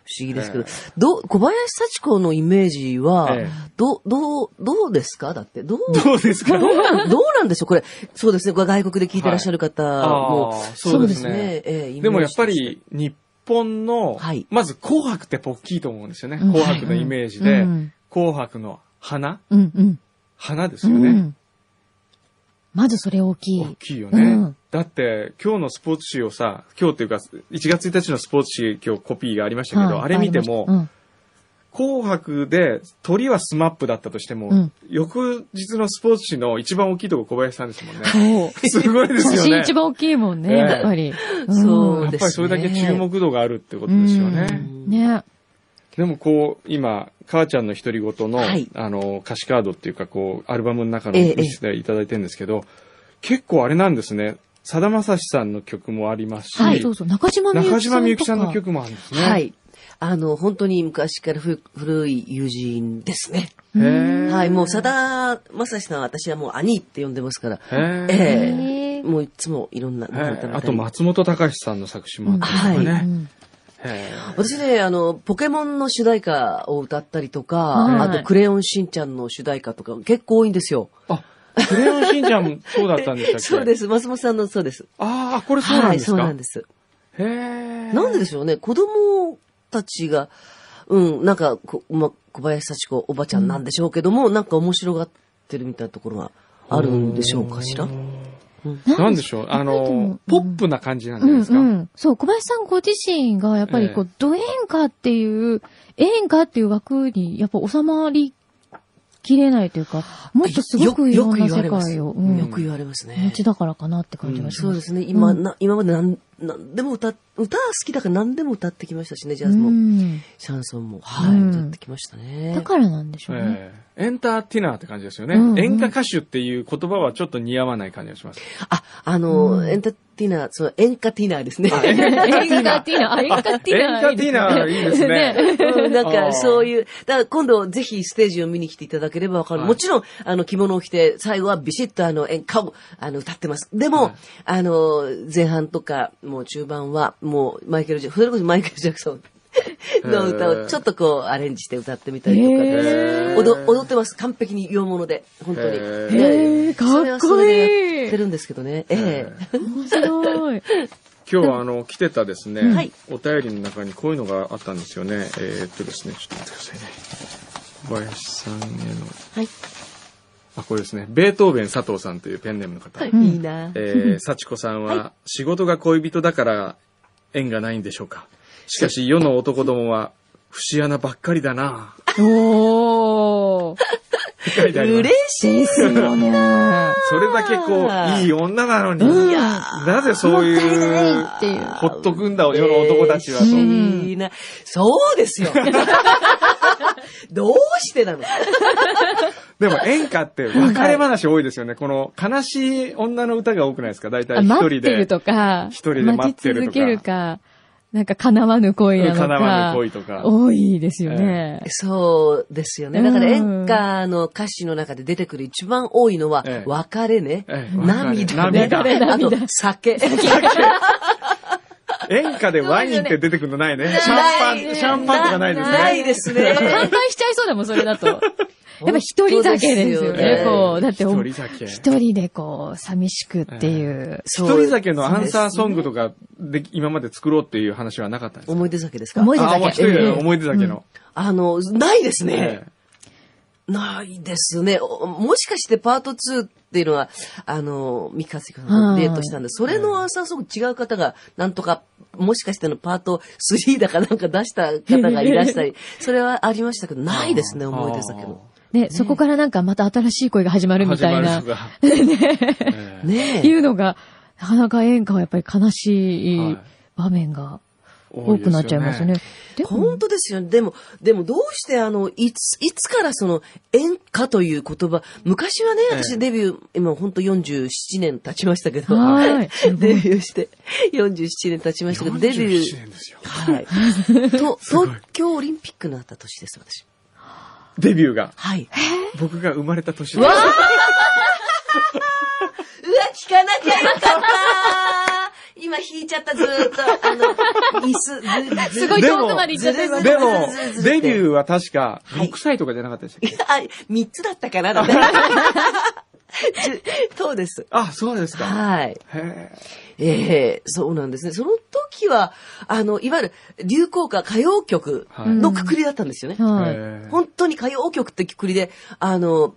Speaker 3: 不思議ですけど
Speaker 1: え、
Speaker 3: どう、小林幸子のイメージは
Speaker 1: ええ、
Speaker 3: ど、どう、どうですかだって、どう、
Speaker 1: どう ですか
Speaker 3: どう なん、どうなんでしょうこれ、そうですね、これ外国で聞いてらっしゃる方も、
Speaker 1: ああ、そうですね。
Speaker 3: ええ
Speaker 1: でもやっぱ、
Speaker 3: イメージ
Speaker 1: り日本の、
Speaker 3: はい
Speaker 1: まず紅白ってポッキーと思うんですよね。
Speaker 2: うん
Speaker 1: 紅白のイメージで、
Speaker 2: うん、
Speaker 1: 紅白の花
Speaker 2: うん、うん。
Speaker 1: 花です
Speaker 2: う
Speaker 1: よね。
Speaker 2: んまずそれ大き
Speaker 1: 大
Speaker 2: い。
Speaker 1: きいよね、
Speaker 2: うん
Speaker 1: だって、今日のスポーツ紙をさ、今日っていうか、1月1日のスポーツ紙、今日コピーがありましたけど、
Speaker 2: はい
Speaker 1: あれ見ても、
Speaker 2: ありまし
Speaker 1: 紅白で鳥はスマップだったとしても、
Speaker 2: うん
Speaker 1: 翌日のスポーツ紙の一番大きいとこ小林さんですもんね
Speaker 2: た。うんそう
Speaker 1: すごいです
Speaker 2: 写
Speaker 1: よ
Speaker 2: 真
Speaker 1: ね。
Speaker 2: 一番大きいもんね、
Speaker 1: ええ
Speaker 2: やっぱり。ん
Speaker 3: そう
Speaker 1: やっぱりそれだけ注目度があるってことですよね。
Speaker 2: うんね。
Speaker 1: でもこう、今、母ちゃんの独り言の、
Speaker 3: はい
Speaker 1: あの、歌詞カードっていうか、こう、アルバムの中
Speaker 3: え
Speaker 1: の
Speaker 3: えええ
Speaker 1: 見せていただいてるんですけど、結構あれなんですね。さだまさしさんの曲もありますし、
Speaker 2: はい、そうそう。中島みゆきさんと
Speaker 1: 中
Speaker 2: か。
Speaker 1: 島みゆきさんの曲もあるんですね。
Speaker 3: はい。あの、本当に昔から古古い友人ですね。
Speaker 1: へー。
Speaker 3: はい、もう、さだまさしさんは私はもう兄って呼んでますから、
Speaker 1: へー
Speaker 3: え
Speaker 2: へ
Speaker 3: え
Speaker 2: ー
Speaker 3: もういつもいろんな、
Speaker 1: へーあと、
Speaker 3: ま、
Speaker 1: 松本隆さんの作詞もあったりとか
Speaker 3: は
Speaker 1: ね。
Speaker 2: うん
Speaker 1: へー
Speaker 3: 私ね、あの、ポケモンの主題歌を歌ったりとか、
Speaker 2: はい
Speaker 3: あと、クレヨンしんちゃんの主題歌とか結構多いんですよ。
Speaker 1: あ、クレヨンしんちゃんもそうだったんでしたっけ。
Speaker 3: そうですす。松本さんのそうです。
Speaker 1: ああ、これそうなんですか、
Speaker 3: はい、そうなんです。
Speaker 1: へえ。
Speaker 3: なんででしょうね、子供たちが、うん、なんかこ、ま、小林幸子おばちゃんなんでしょうけども、なんか面白がってるみたいなところがあるんでしょうかしら。
Speaker 1: なんでしょうあ
Speaker 2: なんでも
Speaker 1: の、ポップな感じなんじゃ
Speaker 2: う
Speaker 1: ない
Speaker 2: ん
Speaker 1: ですか、
Speaker 2: うん。そう、小林さんご自身が、やっぱりこう、ド演歌っていう、演歌っていう枠に、やっぱ収まりきれないというか、もっとすごくいろんな世界を、
Speaker 3: よく
Speaker 2: う
Speaker 3: 言われます
Speaker 2: ん
Speaker 3: よく言われます
Speaker 2: お
Speaker 3: ね
Speaker 2: 持。ちだからかなって感じがし
Speaker 3: そう
Speaker 2: ま。
Speaker 3: ですすね。今、
Speaker 2: うん
Speaker 3: な今まで何何でも歌っ、歌は好きだから何でも歌ってきましたしね、ジャズ
Speaker 2: う
Speaker 3: も、
Speaker 2: ん
Speaker 3: シャンソンも、は
Speaker 2: う
Speaker 3: い、
Speaker 2: ん
Speaker 3: 歌ってきましたね。
Speaker 2: だからなんでしょうね。
Speaker 1: ええエンターテイナーって感じですよね、
Speaker 2: うんうん
Speaker 1: 演歌歌手っていう言葉はちょっと似合わない感じがします。
Speaker 3: あ、あの、
Speaker 2: うん
Speaker 3: エンタティナー、そう、演歌ティナーですね。
Speaker 2: エンカティーナ、あエンカティー
Speaker 1: 演
Speaker 2: ナ。
Speaker 1: 歌ティーナーいいですね。
Speaker 3: うんなん
Speaker 1: あ
Speaker 3: か、
Speaker 1: ー
Speaker 3: そういう、だから今度ぜひステージを見に来ていただければわかる。
Speaker 1: はい
Speaker 3: もちろん、あの、着物を着て、最後はビシッとあの、演歌を、あの、歌ってます。でも、
Speaker 1: はい
Speaker 3: あの、前半とか、もう中盤は、もう、マイケル・ジャクソン、それこそマイケル・ジャクソンの歌をちょっとこう、アレンジして歌ってみたりとか
Speaker 2: へ
Speaker 3: で
Speaker 2: ー
Speaker 3: 踊踊ってます。完璧に洋物で、本当に。
Speaker 1: へー
Speaker 3: で
Speaker 2: へー
Speaker 3: それはそれでやってるんですけどね。ええ
Speaker 2: 面白い。
Speaker 1: 今日はあの来てたですね、
Speaker 3: はい
Speaker 1: お便りの中にこういうのがあったんですよね。えーっとですね、ちょっと待ってくださいね。小林さんへの、
Speaker 3: はい。
Speaker 1: あ、これですね、ベートーベン佐藤さんというペンネームの方。
Speaker 2: ん
Speaker 3: いいな。
Speaker 1: えー、幸子さんは、仕事が恋人だから縁がないんでしょうか。しかし世の男どもは節穴ばっかりだなぁ。
Speaker 2: おー。
Speaker 1: って書いてあります
Speaker 3: 嬉しい
Speaker 2: ですよね。
Speaker 1: それだけこう、いい女なのに、
Speaker 2: うん
Speaker 1: なぜそういう、
Speaker 2: っていう。
Speaker 1: ほっとくんだ世の男たちはと。
Speaker 3: 嬉しいなそうで すよ。どうしてなの
Speaker 1: でも演歌って別れ話多いですよね。この悲しい女の歌が多くないですか大体
Speaker 2: あ
Speaker 1: 一
Speaker 2: 待
Speaker 1: 人
Speaker 2: っ
Speaker 1: で。
Speaker 2: てるとか、
Speaker 1: 一人で待ってるとか
Speaker 2: 待ち続けるか、なんか叶わぬ恋なのか。
Speaker 1: 叶わぬ恋とか
Speaker 2: 多いですよね。
Speaker 3: そうですよね。だから演歌の歌詞の中で出てくる一番多いのは
Speaker 1: ええ、
Speaker 3: 別れね、
Speaker 1: ええ
Speaker 3: 涙ね、
Speaker 1: 涙
Speaker 3: あと酒。
Speaker 1: 演歌でワインって出てくるのないね。シャンパン、シャンパンとかないですね。
Speaker 3: ないです
Speaker 2: やっぱ
Speaker 3: ね。
Speaker 2: 乾杯しちゃいそうだもん、それだ と。やっぱ一人酒ですよ
Speaker 3: 本当です
Speaker 2: ね、
Speaker 3: よね
Speaker 2: こう。だって、
Speaker 1: 一人酒。
Speaker 2: 一人でこう、寂しくっていう。
Speaker 3: 一
Speaker 1: 一人酒のアンサーソングとかで、今まで作ろうっていう話はなかったんですか
Speaker 3: 思い出酒ですか
Speaker 2: 思い出
Speaker 1: あ、
Speaker 2: 酒
Speaker 1: もう一人で思い出酒の。
Speaker 3: あの、ないですね
Speaker 1: え。
Speaker 3: ないですね。おもしかしてパート2っていうのは、あの、三日月さんとデートしたんで、それのアンサーソング違う方が、なんとか、もしかしてのパート3だかなんか出した方がい らしたり、それはありましたけど、
Speaker 1: え
Speaker 3: ないですね、思い出酒も。。
Speaker 2: ね、そこからなんかまた新しい恋が始ま
Speaker 1: あー
Speaker 2: るみたい
Speaker 1: 始、ま
Speaker 2: な
Speaker 1: るのがええ
Speaker 3: ね
Speaker 2: い
Speaker 3: え。
Speaker 2: うのが、なかなか演歌はやっぱり悲しい場面が多くなっちゃいますね。。でも
Speaker 3: 本当ですよね。でも、でもどうしてあの、いつ、いつからその、演歌という言葉、昔はね、
Speaker 1: ええ
Speaker 3: 私デビュー、今本当47年経ちましたけど、
Speaker 2: はいすご
Speaker 3: デ
Speaker 2: い
Speaker 3: ビューして、47年経ちましたけど、デビュー
Speaker 1: 47、年ですよ
Speaker 3: はい。 と、東京オリンピックのあった年です、私。
Speaker 1: デビューが。
Speaker 3: はい。
Speaker 1: 僕が生まれた年
Speaker 3: う
Speaker 1: です
Speaker 3: わ。聞かなきゃよかった今引いちゃった、ずーっと。あの、椅 子、
Speaker 2: すごい
Speaker 1: で
Speaker 2: 遠
Speaker 1: も
Speaker 2: くまで行っちゃって
Speaker 3: ずる
Speaker 2: る
Speaker 3: い
Speaker 1: でも
Speaker 3: ずるずるずる、
Speaker 1: デビューは確か、
Speaker 3: はい
Speaker 1: 6歳とかじゃなかったでしたっけ
Speaker 3: あ、三つだったかな、だって。 じゅそうです。
Speaker 1: あ、そうですか。
Speaker 3: はい。
Speaker 1: へ
Speaker 3: ええそうなんですね。その時は、あの、いわゆる流行歌、歌謡曲のくくりだったんですよね。
Speaker 2: はい。
Speaker 1: え。
Speaker 3: 本当に歌謡曲ってくくりで、あの、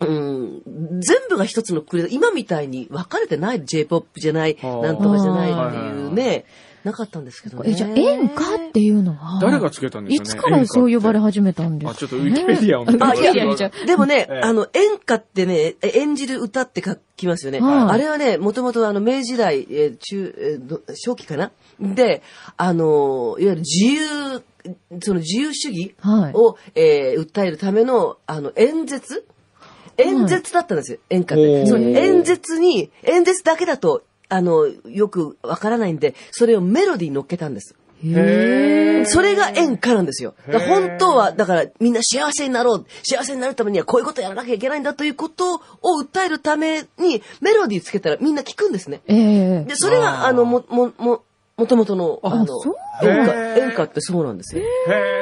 Speaker 3: うん、全部が一つのくくりで、今みたいに分かれてない、J-POP じゃない、
Speaker 1: あー
Speaker 3: なんとかじゃないっていう
Speaker 1: はい
Speaker 3: ね、なかったんですけどね。
Speaker 2: え、じゃあ演歌っていうのは、
Speaker 1: 誰がつけたんで
Speaker 2: い
Speaker 1: すかね
Speaker 2: つからそう呼ばれ始めたんですか、ね、
Speaker 1: あ、ちょっとウィキペディアを見て
Speaker 2: あウィキペディア見
Speaker 1: み
Speaker 2: ちゃう。
Speaker 3: でもね、
Speaker 1: ええ
Speaker 3: あの、演歌ってね、え演じる歌って書きますよね。
Speaker 2: はい
Speaker 3: あれはね、もともとあの、明治時代、えー中、えーど初期かなで、あの、いわゆる自由、その自由主義
Speaker 2: はい
Speaker 3: を、えー訴えるための、あの、演説演説だったんですよ、演歌っ
Speaker 1: お
Speaker 3: て。
Speaker 1: ー
Speaker 3: その演説に、演説だけだと、あの、よくわからないんで、それをメロディーに乗っけたんです。
Speaker 2: へー
Speaker 3: それが演歌なんですよ。だから
Speaker 1: へー
Speaker 3: 本当は、だからみんな幸せになろう。幸せになるためにはこういうことやらなきゃいけないんだということを訴えるためにメロディーつけたらみんな聞くんですね。
Speaker 2: ええ
Speaker 3: で、それが、
Speaker 1: あー
Speaker 3: あの、も、も、も、もともとの、あの
Speaker 2: そう、
Speaker 3: 演
Speaker 1: なんだ
Speaker 3: 歌、演歌ってそうなんですよ。
Speaker 1: へ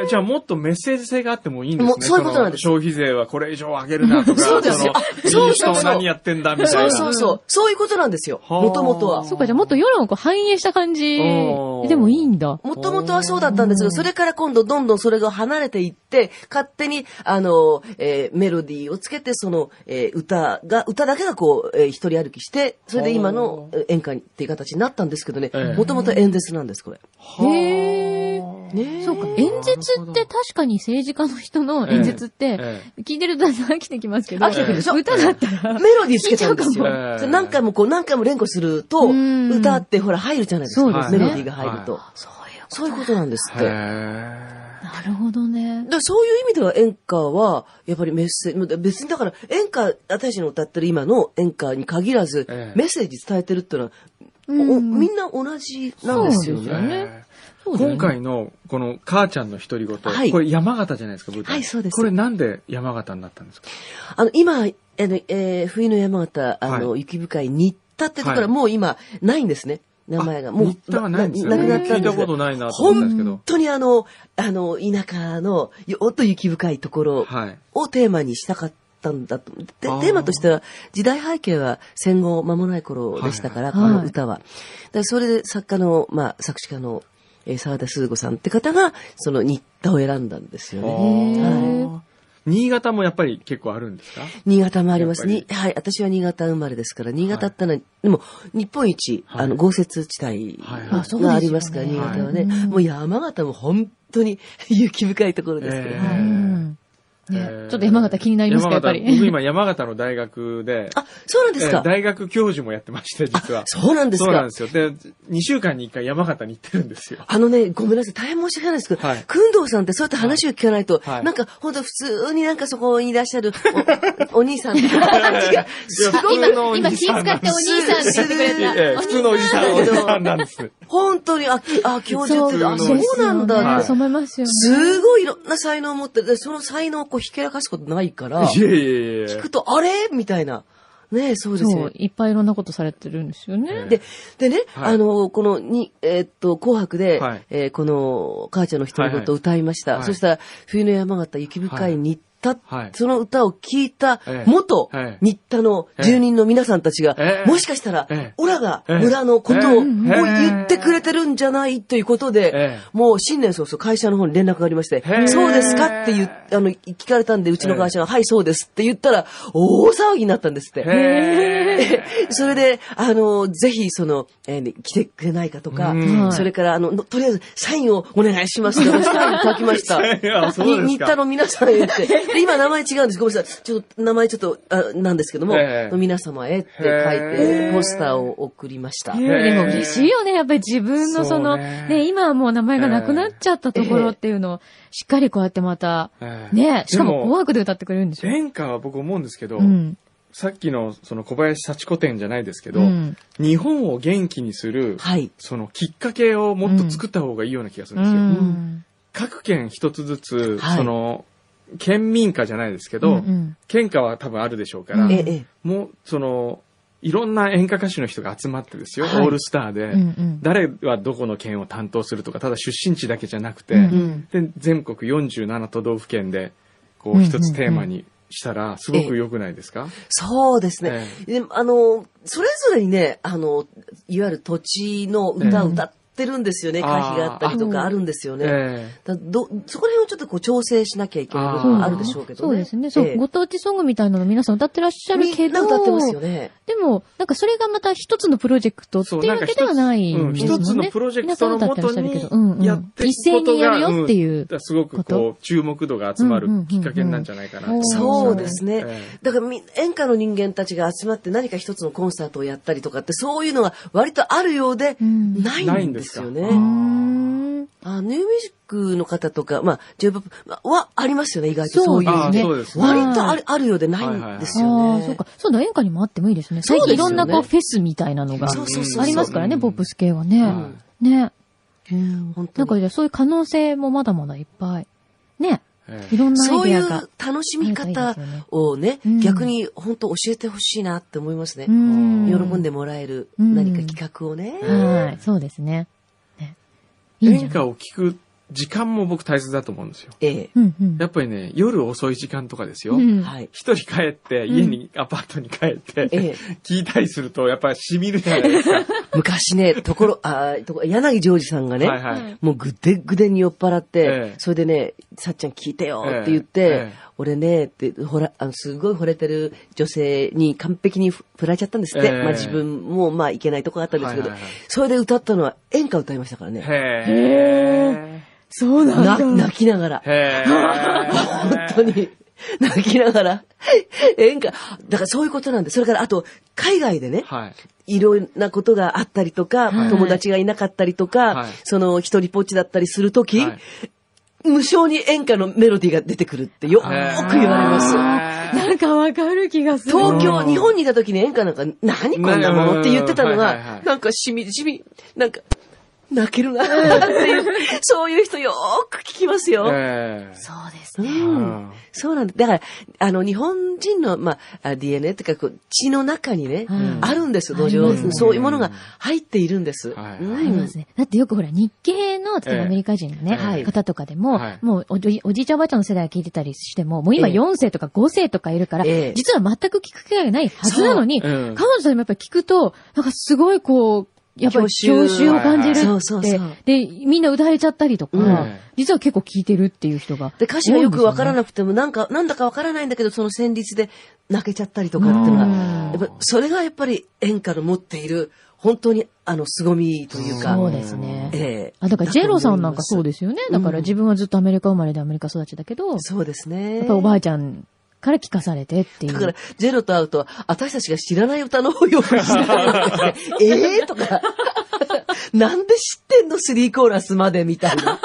Speaker 1: え、じゃあもっとメッセージ性があってもいいんですね
Speaker 3: も。うそういうことなんです
Speaker 1: の消費税はこれ以上上げるなとか。
Speaker 3: そうですよ
Speaker 1: そ
Speaker 3: そうう
Speaker 1: そ
Speaker 3: そううそう
Speaker 1: 何やってんだみたい
Speaker 3: そ
Speaker 1: な。
Speaker 3: うそうそう。そういうことなんですよ。
Speaker 1: はー
Speaker 3: もともとは。
Speaker 2: そうか、じゃあもっと世論をこう反映した感じ
Speaker 1: おー
Speaker 2: でもいいんだ。
Speaker 3: もともとはそうだったんですけ
Speaker 2: うん
Speaker 3: ど、それから今度どんどんそれが離れていって、勝手に、あの、えーメロディーをつけて、その、えー歌が、歌だけがこう、えー一人歩きして、それで今のえー演歌にっていう形になったんですけどね
Speaker 1: ええ、
Speaker 3: もともと演説なんです、これ。
Speaker 2: へえ。
Speaker 3: ね
Speaker 2: そうか。演
Speaker 1: な
Speaker 2: 説
Speaker 1: るほ
Speaker 2: っ
Speaker 1: ど
Speaker 2: て確かに政治家の人の演説って、
Speaker 1: ええ
Speaker 2: 聞いてると飽きてきますけど、
Speaker 3: 飽きてくるでしょ
Speaker 2: 歌だったら、
Speaker 3: メロディーつけちゃうんですよ
Speaker 2: 聞いちゃう
Speaker 1: かも。
Speaker 3: それ何回もこう何回も連呼すると、
Speaker 2: うん
Speaker 3: 歌ってほら入るじゃないです
Speaker 2: そうで
Speaker 3: か。
Speaker 2: す
Speaker 3: メ
Speaker 2: ね
Speaker 3: ロディーが入ると。
Speaker 2: そういう
Speaker 3: そういうことなんですって。
Speaker 1: へ
Speaker 2: なるほどね。
Speaker 3: だからそういう意味では演歌は、やっぱりメッセージ、別にだから演歌、私の歌ってる今の演歌に限らず、
Speaker 1: ええ
Speaker 3: メッセージ伝えてるっていうのは、お
Speaker 2: うん
Speaker 3: みんな同じなんですよ
Speaker 2: そう
Speaker 3: ね。
Speaker 2: だよね
Speaker 1: え
Speaker 2: そうだよね
Speaker 1: 今回のこの母ちゃんの独り言、
Speaker 3: はい
Speaker 1: これ山形じゃないですか、舞台。
Speaker 3: はいそうです
Speaker 1: これなんで山形になったんですか
Speaker 3: あの、今、あのえー冬の山形、あの、
Speaker 1: は
Speaker 3: 雪深い新田ってところ
Speaker 1: は
Speaker 3: はいもう今、ないんですね。名前が。
Speaker 1: あ
Speaker 3: もう、
Speaker 1: 新田はないんですね。
Speaker 3: なくなっ
Speaker 1: 聞
Speaker 3: たん
Speaker 1: い
Speaker 3: で
Speaker 1: た
Speaker 3: すけ
Speaker 1: こ
Speaker 3: ど
Speaker 1: とないなと思ったんですけ
Speaker 3: 本
Speaker 1: ど。
Speaker 3: 当にあの、あの、田舎の、よっと雪深いところ
Speaker 1: はい。
Speaker 3: をテーマにしたかったんだと。でテ
Speaker 1: あー
Speaker 3: ーマとしては、時代背景は戦後間もない頃でしたから、
Speaker 2: はいはい
Speaker 3: この歌は。でそれで作家の、まあ、作詞家の、えー沢田鈴子さんって方が、その新田を選んだんですよ
Speaker 1: あ
Speaker 3: ね。
Speaker 1: ー
Speaker 2: は
Speaker 1: 新潟もやっぱり結構あるんですか
Speaker 3: 新潟もあります。
Speaker 1: やっ
Speaker 3: にはい、私は新潟生まれですから、新潟ってのは、でも、日本一、
Speaker 1: はい
Speaker 3: あの、豪雪地帯
Speaker 1: はいはい
Speaker 2: あそうですよね
Speaker 3: がありますから、新潟はね。
Speaker 2: はい
Speaker 3: もう山形も本当に 雪深いところですけど。
Speaker 1: え
Speaker 2: う
Speaker 1: ー
Speaker 2: んね
Speaker 1: えー
Speaker 2: ちょっと山形気になりますか、やっぱり。
Speaker 1: 山形僕今山形の大学で、
Speaker 3: あ、そうなんです
Speaker 1: え
Speaker 3: か
Speaker 1: ー。大学教授もやってまして、実は。
Speaker 3: そうなんです
Speaker 1: そうなんで。
Speaker 3: か
Speaker 1: すよ。で、2週間に1回山形に行ってるんですよ。
Speaker 3: あのね、ごめんなさい、大変申し訳ないですけど、
Speaker 1: はい
Speaker 3: くんどうさんってそうやって話を聞かないと、
Speaker 1: はい
Speaker 3: なんか、本当普通になんかそこにいらっしゃる おお兄さんって感じが、す
Speaker 1: いや
Speaker 3: ごい
Speaker 2: 今、
Speaker 1: 僕のお
Speaker 2: 今
Speaker 1: 兄
Speaker 2: 気
Speaker 1: さ
Speaker 2: 遣
Speaker 1: んなん
Speaker 2: って
Speaker 1: で
Speaker 2: お兄さんって言ってくれた。
Speaker 1: えー普通のおじさん、お
Speaker 3: お兄
Speaker 1: じ
Speaker 3: さん
Speaker 1: さんなんです。
Speaker 3: 本当に、あ、あ、教授
Speaker 2: そ
Speaker 3: っ
Speaker 2: う
Speaker 3: て、あ、
Speaker 2: そ
Speaker 3: そううなんだ、
Speaker 1: はい
Speaker 2: そう思いますよね。
Speaker 3: すごいいろんな才能を持ってる。でその才能をこうひけらかすことないから、
Speaker 1: いやいやいやいや
Speaker 3: 聞くと、あれみたいな。ねえそうです
Speaker 2: そ
Speaker 3: よ
Speaker 2: う、。いっぱいいろんなことされてるんですよね。
Speaker 3: で、でね、
Speaker 1: はい
Speaker 3: あの、この、に、えーっと、紅白で、
Speaker 1: はい
Speaker 3: えーこの、母ちゃんの独り
Speaker 1: はい
Speaker 3: 言
Speaker 1: は
Speaker 3: を
Speaker 1: い
Speaker 3: 歌いました。
Speaker 1: はい
Speaker 3: そしたら、冬の山形、雪深い新田、
Speaker 1: はい
Speaker 3: その歌を聴いた
Speaker 1: ええ、
Speaker 3: 元
Speaker 1: ええ、
Speaker 3: 新田の住人の皆さんたちが、
Speaker 1: ええ
Speaker 3: もしかしたら
Speaker 1: ええ、
Speaker 3: オラが
Speaker 1: ええ
Speaker 3: 村のことを、
Speaker 1: ええ
Speaker 3: もう言ってくれてるんじゃないということで、
Speaker 1: ええ
Speaker 3: もう新年早々会社の方に連絡がありまして、
Speaker 1: へえ
Speaker 3: そうですかって言うあの、聞かれたんで、うちの会社が、はい、そうですって言ったら、大騒ぎになったんですって。
Speaker 1: へ
Speaker 3: それで、あの、ぜひ、その、えー来てくれないかとか、
Speaker 1: うん
Speaker 2: はい
Speaker 3: それから、あの、のとりあえず、サインをお願いします って、おサイン書きました。
Speaker 1: いやそうですか
Speaker 3: に新田の皆さんへって。で今、名前違うんです。ごめんなさい。ちょっと、名前ちょっと、あなんですけども、
Speaker 1: ええ
Speaker 3: 皆様へって書
Speaker 1: へ
Speaker 3: いて
Speaker 1: え、
Speaker 3: ポスターを送りました。
Speaker 2: ね
Speaker 1: へー
Speaker 2: でも嬉しいよね。やっぱり自分のその、
Speaker 1: そうね
Speaker 2: ね、今はもう名前がなくなっちゃったところっていうのを、しっかりこうやってまた、
Speaker 1: え
Speaker 2: ね、しか
Speaker 1: で
Speaker 2: も紅白で歌ってくれるんでしょ
Speaker 1: 演歌は僕思うんですけど、
Speaker 2: うん。
Speaker 1: さっきのその小林幸子展じゃないですけど、
Speaker 2: うん。
Speaker 1: 日本を元気にする、
Speaker 3: はい。
Speaker 1: そのきっかけをもっと作った方がいいような気がするんですよ。
Speaker 2: うん
Speaker 1: 各県一つずつ、
Speaker 3: はい
Speaker 1: その、県民歌じゃないですけど、
Speaker 2: うん
Speaker 1: 県歌は多分あるでしょうから、
Speaker 3: ええええ、
Speaker 1: もう、その、いろんな演歌歌手の人が集まってですよ、
Speaker 3: はい
Speaker 1: オールスターで、
Speaker 2: うんうん
Speaker 1: 誰はどこの県を担当するとか、ただ出身地だけじゃなくて、
Speaker 2: うん
Speaker 3: うん。
Speaker 1: で全国47都道府県でこ
Speaker 2: うん
Speaker 1: う
Speaker 2: うんうん
Speaker 1: 一つテーマにしたらすごく良くないですか、
Speaker 3: そうですね。であの、それぞれにね、あの、いわゆる土地の歌を歌ってるんですよね。
Speaker 1: ええ
Speaker 3: 歌詞があったりとかあるんですよね。
Speaker 1: え
Speaker 3: だどそこら辺をちょっとこう調整しなきゃいけない部分
Speaker 1: ま
Speaker 3: が
Speaker 1: あ
Speaker 3: あるでしょうけど
Speaker 2: そ
Speaker 3: ね。
Speaker 2: うですね。そう、
Speaker 3: ええ
Speaker 2: ご当地ソングみたいなの皆さん歌ってらっしゃるけ
Speaker 3: みんな
Speaker 2: ど、
Speaker 3: 歌ってますよね。
Speaker 2: でも、なんかそれがまた一つのプロジェクトっていうわけではない
Speaker 1: うんん
Speaker 2: ですもんね。
Speaker 1: 一つのプロジェクトのもと
Speaker 2: 皆
Speaker 1: に
Speaker 2: さん歌ってらっしゃるけどうんうん
Speaker 1: やってい
Speaker 2: 一斉
Speaker 1: くこと
Speaker 2: にや
Speaker 1: が
Speaker 2: るよっていう
Speaker 1: だからすごくこう注目度が集まる
Speaker 2: うんうんうんうん
Speaker 1: きっかけになるんじゃないかなと思いますね
Speaker 3: そうですね。
Speaker 1: ええ
Speaker 3: だからみ演歌の人間たちが集まって何か一つのコンサートをやったりとかってそういうのが割とあるようで
Speaker 2: うん
Speaker 3: ないんですよ
Speaker 1: な
Speaker 3: ね
Speaker 1: いんです。か
Speaker 2: うん
Speaker 3: あニューミュージックの方とか、まあ、j p o p はありますよね、意外と
Speaker 2: そ
Speaker 3: そううい
Speaker 2: で
Speaker 3: う
Speaker 2: す
Speaker 1: ああ
Speaker 2: ね。
Speaker 1: そうですね
Speaker 3: 割とあるあるようでないんですよ
Speaker 2: ああ、
Speaker 3: ね。
Speaker 2: そうか。そうだ、演歌にもあってもいいですね。
Speaker 3: そ
Speaker 2: 最
Speaker 3: うです
Speaker 2: 近い
Speaker 3: よ
Speaker 2: ろ
Speaker 3: ね
Speaker 2: んなこうフェスみたいなのが
Speaker 3: そうそうそうそう
Speaker 2: ありますからね、
Speaker 1: うん
Speaker 2: ポップス系はね。
Speaker 1: は
Speaker 2: ね。
Speaker 3: 本当
Speaker 2: なん
Speaker 3: に
Speaker 2: かじゃあそういう可能性もまだまだいっぱい。ね。
Speaker 1: え
Speaker 2: い
Speaker 1: え
Speaker 2: ろんな
Speaker 3: そ
Speaker 2: ア
Speaker 3: う
Speaker 2: イ
Speaker 3: い
Speaker 2: デ
Speaker 3: う
Speaker 2: アが。
Speaker 3: 楽しみ
Speaker 2: なん
Speaker 3: 方
Speaker 2: かいいですよね
Speaker 3: をね
Speaker 2: うん、
Speaker 3: 逆に本当教えてほしいなって思いますね。
Speaker 2: ん
Speaker 3: 喜んでもらえる
Speaker 2: うん
Speaker 3: 何か企画をね。
Speaker 2: はい。そうですね。ねいいん
Speaker 1: 演
Speaker 2: じゃない
Speaker 1: 歌を聞く時間も僕大切だと思うんですよ
Speaker 3: ええ。
Speaker 2: うんうん
Speaker 1: やっぱりね夜遅い時間とかですよ、
Speaker 2: うん
Speaker 3: はい。
Speaker 1: 一人帰って、家に、アパートに帰って、
Speaker 3: ええ
Speaker 1: 聞いたりすると、やっぱり染みるじゃないですか。
Speaker 3: 昔 ね、ところ、あーとこ柳ジョージさんがね、
Speaker 1: はいはい。
Speaker 3: もうぐでぐでに酔っ払って、
Speaker 1: ええ
Speaker 3: それでね、さっちゃん聞いてよって言って、
Speaker 1: ええ
Speaker 3: 俺ね、って、ほら、あの、すごい惚れてる女性に完璧にふ振られちゃったんですって。
Speaker 1: ええ
Speaker 3: まあ自分もまあいけないとこあったんですけ
Speaker 1: は
Speaker 3: ど、
Speaker 1: いはいはい
Speaker 3: それで歌ったのは演歌歌いましたからね。
Speaker 1: へえ。
Speaker 2: そうなんだ
Speaker 3: な。泣きながら。
Speaker 1: へ
Speaker 3: 本
Speaker 1: ー
Speaker 3: 当に。泣きながら。演歌。だからそういうことなんで。それからあと、海外でね、
Speaker 1: はい。
Speaker 3: いろんなことがあったりとか、
Speaker 2: はい
Speaker 3: 友達がいなかったりとか、
Speaker 1: はい
Speaker 3: その一人ぽっちだったりするとき、
Speaker 1: はい
Speaker 3: 無償に演歌のメロディーが出てくるってよよく言われます。
Speaker 2: あーなんかわかる気がする。
Speaker 3: 東
Speaker 1: う
Speaker 3: 京、
Speaker 1: ん
Speaker 3: 日本にいた時に演歌なんか、何こんなものって言ってたの
Speaker 1: うんはいはいは
Speaker 3: が
Speaker 1: い、
Speaker 3: なんかしみじみ、なんか、泣けるなっていう、そういう人よーく聞きますよ。
Speaker 1: え
Speaker 2: そうです
Speaker 3: う
Speaker 2: ね。
Speaker 3: ん。そうなんだ。だから、あの、日本人の、まああ、DNA っていうか、こう血の中にね、
Speaker 2: うん
Speaker 3: あるんですよ、土
Speaker 2: あります
Speaker 3: 壌。
Speaker 2: ね
Speaker 3: そういうものが入っているんです。
Speaker 1: はい
Speaker 3: うん
Speaker 2: ありますね。だってよくほら、日系の、
Speaker 1: え
Speaker 2: 例えば
Speaker 1: え
Speaker 2: アメリカ人のね、
Speaker 3: はい
Speaker 2: 方とかでも、
Speaker 1: はい
Speaker 2: もうおじおじいちゃんおばあちゃんの世代聞いてたりしても、もう今
Speaker 3: ええ
Speaker 2: 4世とか5世とかいるから、
Speaker 3: ええ
Speaker 2: 実は全く聞く機会がないはずなのに、
Speaker 1: そううん
Speaker 2: 彼女たちもやっぱり聞くと、なんかすごいこう、やっぱり郷
Speaker 3: 郷愁
Speaker 2: 愁を感じるって、
Speaker 3: はいはいそうそうそう
Speaker 2: で、みんな歌えちゃったりとか、
Speaker 3: うん
Speaker 2: 実は結構聞いてるっていう人が。
Speaker 3: で、歌詞がよくわから
Speaker 2: い。
Speaker 3: なくても、なんか、なんだかわからないんだけど、その旋律で泣けちゃったりとかっていうのが、
Speaker 2: うん
Speaker 3: やっぱ、それがやっぱり演歌の持っている、本当に、あの、凄みというか、
Speaker 2: そうですね。
Speaker 3: ええ。
Speaker 2: あ、だからジェロさんなんかそうですすよね。だから自分はずっとアメリカ生まれでアメリカ育ちだけど、
Speaker 3: そうですね。
Speaker 2: やっぱおばあちゃんから聞かされてっていう。
Speaker 3: だから、ジェロと会うと、私たちが知らない歌の方を用意 してるんですね。ええーとか、なんで知ってんのスリーコーラスまでみた いな。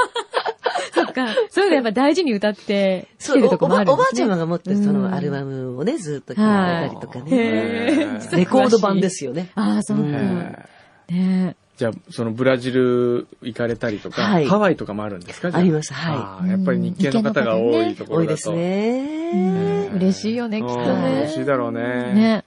Speaker 2: そっか。 そういうのやっぱ大事に歌ってきてるとこもある
Speaker 3: お
Speaker 2: んで
Speaker 3: ばあ
Speaker 2: す
Speaker 3: ち
Speaker 2: ね。
Speaker 3: ゃまが持ってるそ
Speaker 2: うん
Speaker 3: のアルバムをね、ずっと聴いたりとか
Speaker 2: へ
Speaker 3: ね。
Speaker 2: ー
Speaker 3: レコード版で。
Speaker 2: 詳しい
Speaker 3: すよね。
Speaker 2: ああ、そうか。
Speaker 3: うん
Speaker 2: ねえ。
Speaker 1: じゃあ、そのブラジル行かれたりとか、
Speaker 3: はい
Speaker 1: ハワイとかもあるんですか。
Speaker 3: ありますす、は
Speaker 1: あーやっぱり日系の方が多いと
Speaker 3: い。
Speaker 1: こ
Speaker 3: 多
Speaker 1: ろだと。
Speaker 3: いです
Speaker 2: う
Speaker 3: ね。
Speaker 2: ん嬉しいよね、きっと
Speaker 1: うん
Speaker 2: ね。
Speaker 1: 嬉しいだろうね
Speaker 2: ね。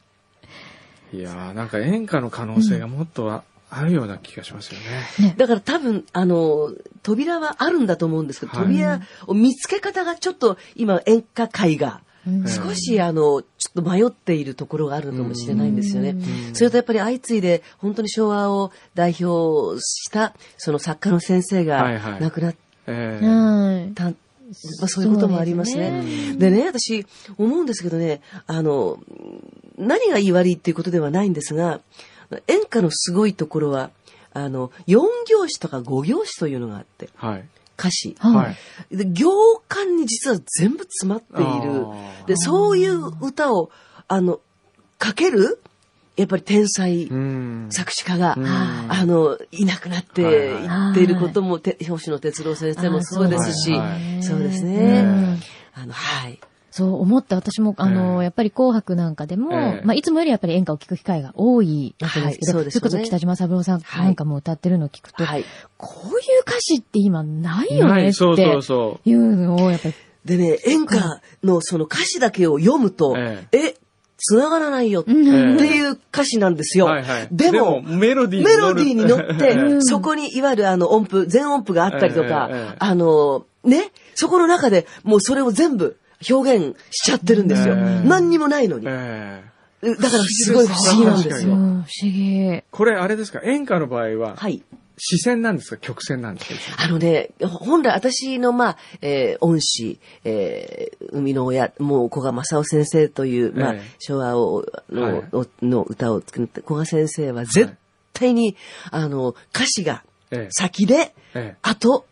Speaker 1: いやーなんか演歌の可能性がもっとはあるような気がしますよね。
Speaker 3: だから多分、あの、扉はあるんだと思うんですけど、
Speaker 1: はい
Speaker 3: 扉を見つけ方がちょっと今演歌界が
Speaker 2: うん
Speaker 3: 少しあの、ちょっと迷っているところがあるのかもしれないんですよね。それとやっぱり相次いで本当に昭和を代表したその作家の先生
Speaker 1: はいは
Speaker 3: が
Speaker 1: い
Speaker 3: 亡くなっ
Speaker 1: えー
Speaker 2: はい。
Speaker 3: た、まあ、そういうこともあります
Speaker 2: そう
Speaker 3: ね。
Speaker 2: です
Speaker 3: でね私思うんですけどね、あの、何が言い悪いっていうことではないんですが、演歌のすごいところは、あの、4行詞とか5行詞というのがあって、
Speaker 1: はい。
Speaker 3: 歌詞。
Speaker 2: はい。
Speaker 3: で行間に実は全部詰まっている。
Speaker 1: あー
Speaker 3: で、そういう歌を、あの、書けるやっぱり天才
Speaker 1: うん。
Speaker 3: 作詞家が、
Speaker 1: うん
Speaker 3: あの、いなくなっていっていることも、て表紙の哲郎先生もそうですし、
Speaker 1: あ
Speaker 2: ー
Speaker 3: そうですね
Speaker 2: うん
Speaker 3: あの、はい。
Speaker 2: そう思った私も、あの、
Speaker 1: ええ
Speaker 2: やっぱり紅白なんかでも、
Speaker 1: ええ
Speaker 2: まあ、いつもよりやっぱり演歌を聴く機会が多いわけですけど、
Speaker 3: はいそうですよね
Speaker 2: れこそ北島三郎さんなんかも歌ってるのを聞くと、
Speaker 3: はい。
Speaker 2: こういう歌詞って今ないよ
Speaker 1: な
Speaker 2: ねっ
Speaker 1: い、そう
Speaker 2: て
Speaker 1: そうそ
Speaker 2: いうのをやっぱり、
Speaker 3: でね、演歌のその歌詞だけを読むと、
Speaker 1: え
Speaker 3: え、繋がらないよって
Speaker 2: うん
Speaker 1: ええ
Speaker 3: いう歌詞なんです
Speaker 1: う。
Speaker 3: よ。
Speaker 1: はいはい。
Speaker 3: でも、
Speaker 1: メロディー
Speaker 3: メロディーに乗っ
Speaker 2: う
Speaker 3: て、
Speaker 2: ん
Speaker 3: そこにいわゆるあの音符、全音符があったりとか
Speaker 1: ええええ、
Speaker 3: あの、ね、そこの中でもうそれを全部表現しちゃってるんですよ。
Speaker 1: ええ
Speaker 3: 何にもないのに。だ
Speaker 1: えー
Speaker 3: からすごい不思議なんです
Speaker 2: そう
Speaker 3: よ。
Speaker 2: 不思議。
Speaker 1: これあれですか演歌の場合は、
Speaker 3: はい。
Speaker 1: 視線なんですか曲線なんですかいつも
Speaker 3: あのね、本来私の、まあ、えー恩師、えー、海の親、もう古賀正夫先生という、まあ
Speaker 1: ええ、
Speaker 3: 昭和をの,
Speaker 1: はい
Speaker 3: お、の歌を作った古賀先生は絶対に、あの、歌詞が
Speaker 1: ええ
Speaker 3: 先で、
Speaker 1: え
Speaker 3: あと、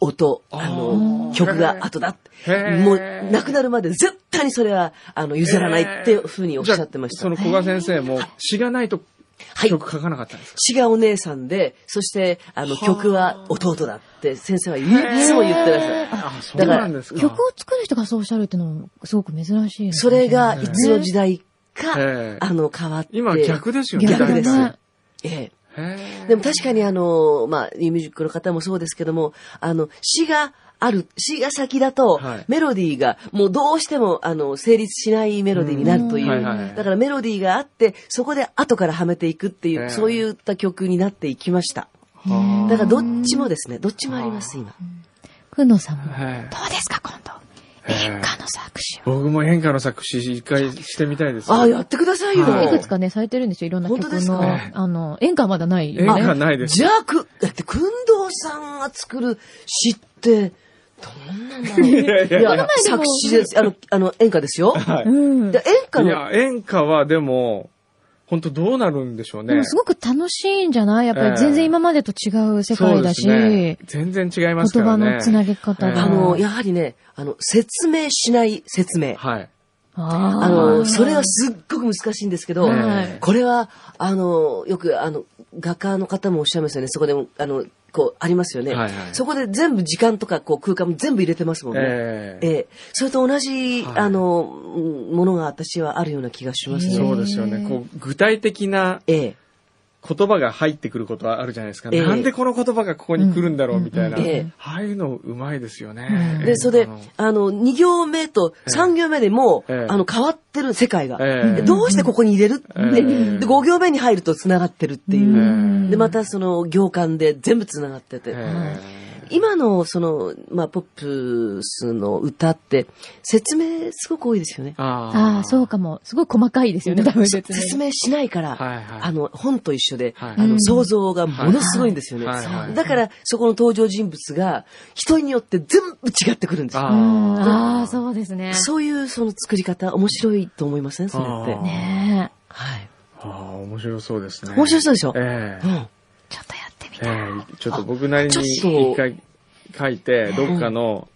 Speaker 3: 音、
Speaker 1: あー
Speaker 3: あの、曲が後だって。
Speaker 1: えへー
Speaker 3: もう、亡くなるまで絶対にそれは、あの、譲らないっていうふうにおっしゃってまし
Speaker 1: じ
Speaker 3: た。
Speaker 1: ゃあその古賀先生も詩がないと
Speaker 3: はい。
Speaker 1: 曲書かなかったんですか、
Speaker 3: 詩がお姉さんで、そして、あの、曲は弟だって先生はいつも言ってらっしゃる。
Speaker 1: あ、そうなんですか。
Speaker 2: 曲を作る人がそうおっしゃるっていうのもすごく珍しい、
Speaker 3: それが、いつの時
Speaker 2: 代
Speaker 3: 代か、
Speaker 1: ええ
Speaker 3: あの、変わって。
Speaker 1: 今逆ですよね。
Speaker 3: 逆です
Speaker 1: 大体。
Speaker 3: え
Speaker 1: へ
Speaker 3: え
Speaker 1: ー
Speaker 3: でも確かにあの、まあ、ニューミュージックの方もそうですけども、あの、詩がある、詩が先だと、
Speaker 1: はい
Speaker 3: メロディーが、もうどうしても、あの、成立しないメロディーになるという。
Speaker 1: うんはいはい
Speaker 3: だからメロディーがあって、そこで後からはめていくっていう、
Speaker 1: ええ
Speaker 3: そういった曲になっていきました。
Speaker 1: は
Speaker 3: だからどっちもですね、どっちもあります、今。
Speaker 2: くのさんも、ど
Speaker 1: へー
Speaker 2: うですか、今度。
Speaker 1: へー
Speaker 2: 演歌の作詞を。
Speaker 1: 僕も演歌の作詞一回してみたいです。
Speaker 3: ああ、やってくださいよ。
Speaker 1: はい
Speaker 2: くつかね、されてるんですよ、いろんな曲
Speaker 3: 本当です
Speaker 2: の。
Speaker 3: か
Speaker 2: あの、演歌はまだないよ
Speaker 1: 演
Speaker 2: ね。
Speaker 1: 歌ないです。
Speaker 3: じゃあ、く、だって、くんどうさんが作る詩って、どんなんだろう。い
Speaker 1: やいやいや
Speaker 3: 作詞です。あの、あの、演歌ですよ。
Speaker 1: はい
Speaker 2: うん。
Speaker 3: で演歌
Speaker 1: い
Speaker 3: の、
Speaker 1: や、演歌はでも、本当どうなるんでしょう
Speaker 2: で
Speaker 1: ね
Speaker 2: も。すごく楽しいんじゃないやっぱり全然今までと違う世界だし、
Speaker 1: そうですね、全然違いますか
Speaker 2: 言
Speaker 1: ら
Speaker 2: 葉
Speaker 1: ね。
Speaker 2: のつなぎ方
Speaker 1: うん
Speaker 2: が。
Speaker 3: あの、やはりね、あの、説明しない説明。
Speaker 1: はい。
Speaker 2: あー
Speaker 3: あの、それはすっごく難しいんですけど、
Speaker 2: はい
Speaker 1: ええ
Speaker 3: これは、あの、よく、あの、画家の方もおっしゃいますよね。そこでも、あの、こう、ありますよね。
Speaker 1: はいはい
Speaker 3: そこで全部時間とか、こう、空間も全部入れてますもんね。
Speaker 1: え
Speaker 3: ええそれと同じ、
Speaker 1: はい
Speaker 3: あの、うんものが私はあるような気がします
Speaker 2: え
Speaker 3: ね。
Speaker 1: そうですよね。こう、具体的な
Speaker 3: ええ
Speaker 1: 言葉が入ってくることはあるじゃないですか。
Speaker 3: ええ
Speaker 1: なんでこの言葉がここに来るんだろうみたいな。
Speaker 3: うんうんええ
Speaker 1: ああいうのうまいですよ
Speaker 2: う
Speaker 1: ね。
Speaker 2: ん
Speaker 3: で、それで
Speaker 1: あの、
Speaker 3: あの、2行目と3行目でもう、
Speaker 1: ええ
Speaker 3: あの、変わってる世界が。
Speaker 1: ええ
Speaker 3: でどうしてここに入れるって、
Speaker 1: ええ
Speaker 3: で、5行目に入ると繋がってるっていう。
Speaker 2: ん
Speaker 3: で、またその行間で全部繋がってて。
Speaker 1: ええ
Speaker 3: 今のその、まあ、ポップスの歌って、説明すごく多いですよね。
Speaker 2: あ
Speaker 1: あ
Speaker 2: あ、そうかも。すごい細かいですよね、多分説明。
Speaker 3: 説明しないから、
Speaker 1: はいはい
Speaker 3: あの、本と一緒で、
Speaker 1: はい
Speaker 3: あの、想像がものすごいんですよね。
Speaker 1: はいはいはい
Speaker 3: だから、そこの登場人物が、人によって全部違ってくるんですよ。
Speaker 2: うんああ、
Speaker 1: う。
Speaker 2: そうですね。
Speaker 3: そういうその作り方、面白いと思いませんそれって
Speaker 1: あー。
Speaker 2: ねえ。
Speaker 3: はい。
Speaker 1: ああ、面白そうですね。
Speaker 3: 面白そうでしょ
Speaker 1: ええ
Speaker 3: うん。
Speaker 2: ちょっとやってみ
Speaker 1: え
Speaker 2: たい。
Speaker 1: えちょっと僕なりに
Speaker 3: あちょ
Speaker 1: 一
Speaker 3: っと
Speaker 1: 回書いて、どっかの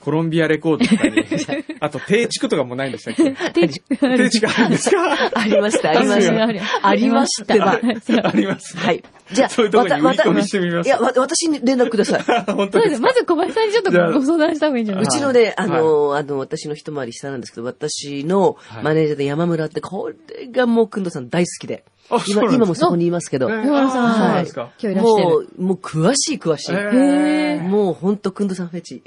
Speaker 1: コロンビアレコードとかに、 あと定畜とかもないんでしたっけ
Speaker 2: 定畜あ
Speaker 1: 定畜あるんですか
Speaker 3: ありました、ありました。
Speaker 2: り
Speaker 3: ありました
Speaker 2: ありました
Speaker 1: あります。
Speaker 3: はい。じゃあ、
Speaker 1: そういうとこに売り込みしてみます
Speaker 3: いや、わ私に連絡く ださい。
Speaker 1: 本
Speaker 2: そ
Speaker 1: 当
Speaker 2: う
Speaker 1: で
Speaker 2: ですす。
Speaker 1: か
Speaker 2: まず小林さんにちょっ
Speaker 1: じゃあ
Speaker 2: とご相談した方がいいんじゃな
Speaker 3: う
Speaker 2: い
Speaker 1: は
Speaker 3: ちのね、あの、あの、私の一回り下なんですけど、私の
Speaker 1: はい
Speaker 3: マネージャーで山村って、これがもう、くんどさん大好きで。
Speaker 1: あそう
Speaker 3: 今、
Speaker 1: なんです
Speaker 3: 今もそこにいますけど。
Speaker 1: ええ
Speaker 2: 山村さん、
Speaker 1: あそうなん
Speaker 2: は
Speaker 1: で
Speaker 2: い。
Speaker 1: す
Speaker 2: 今
Speaker 1: か
Speaker 2: 日いらして
Speaker 3: も
Speaker 2: る。
Speaker 3: う、もう詳しい詳しい。
Speaker 2: へえ
Speaker 3: もうほんとくんどさんフェチ。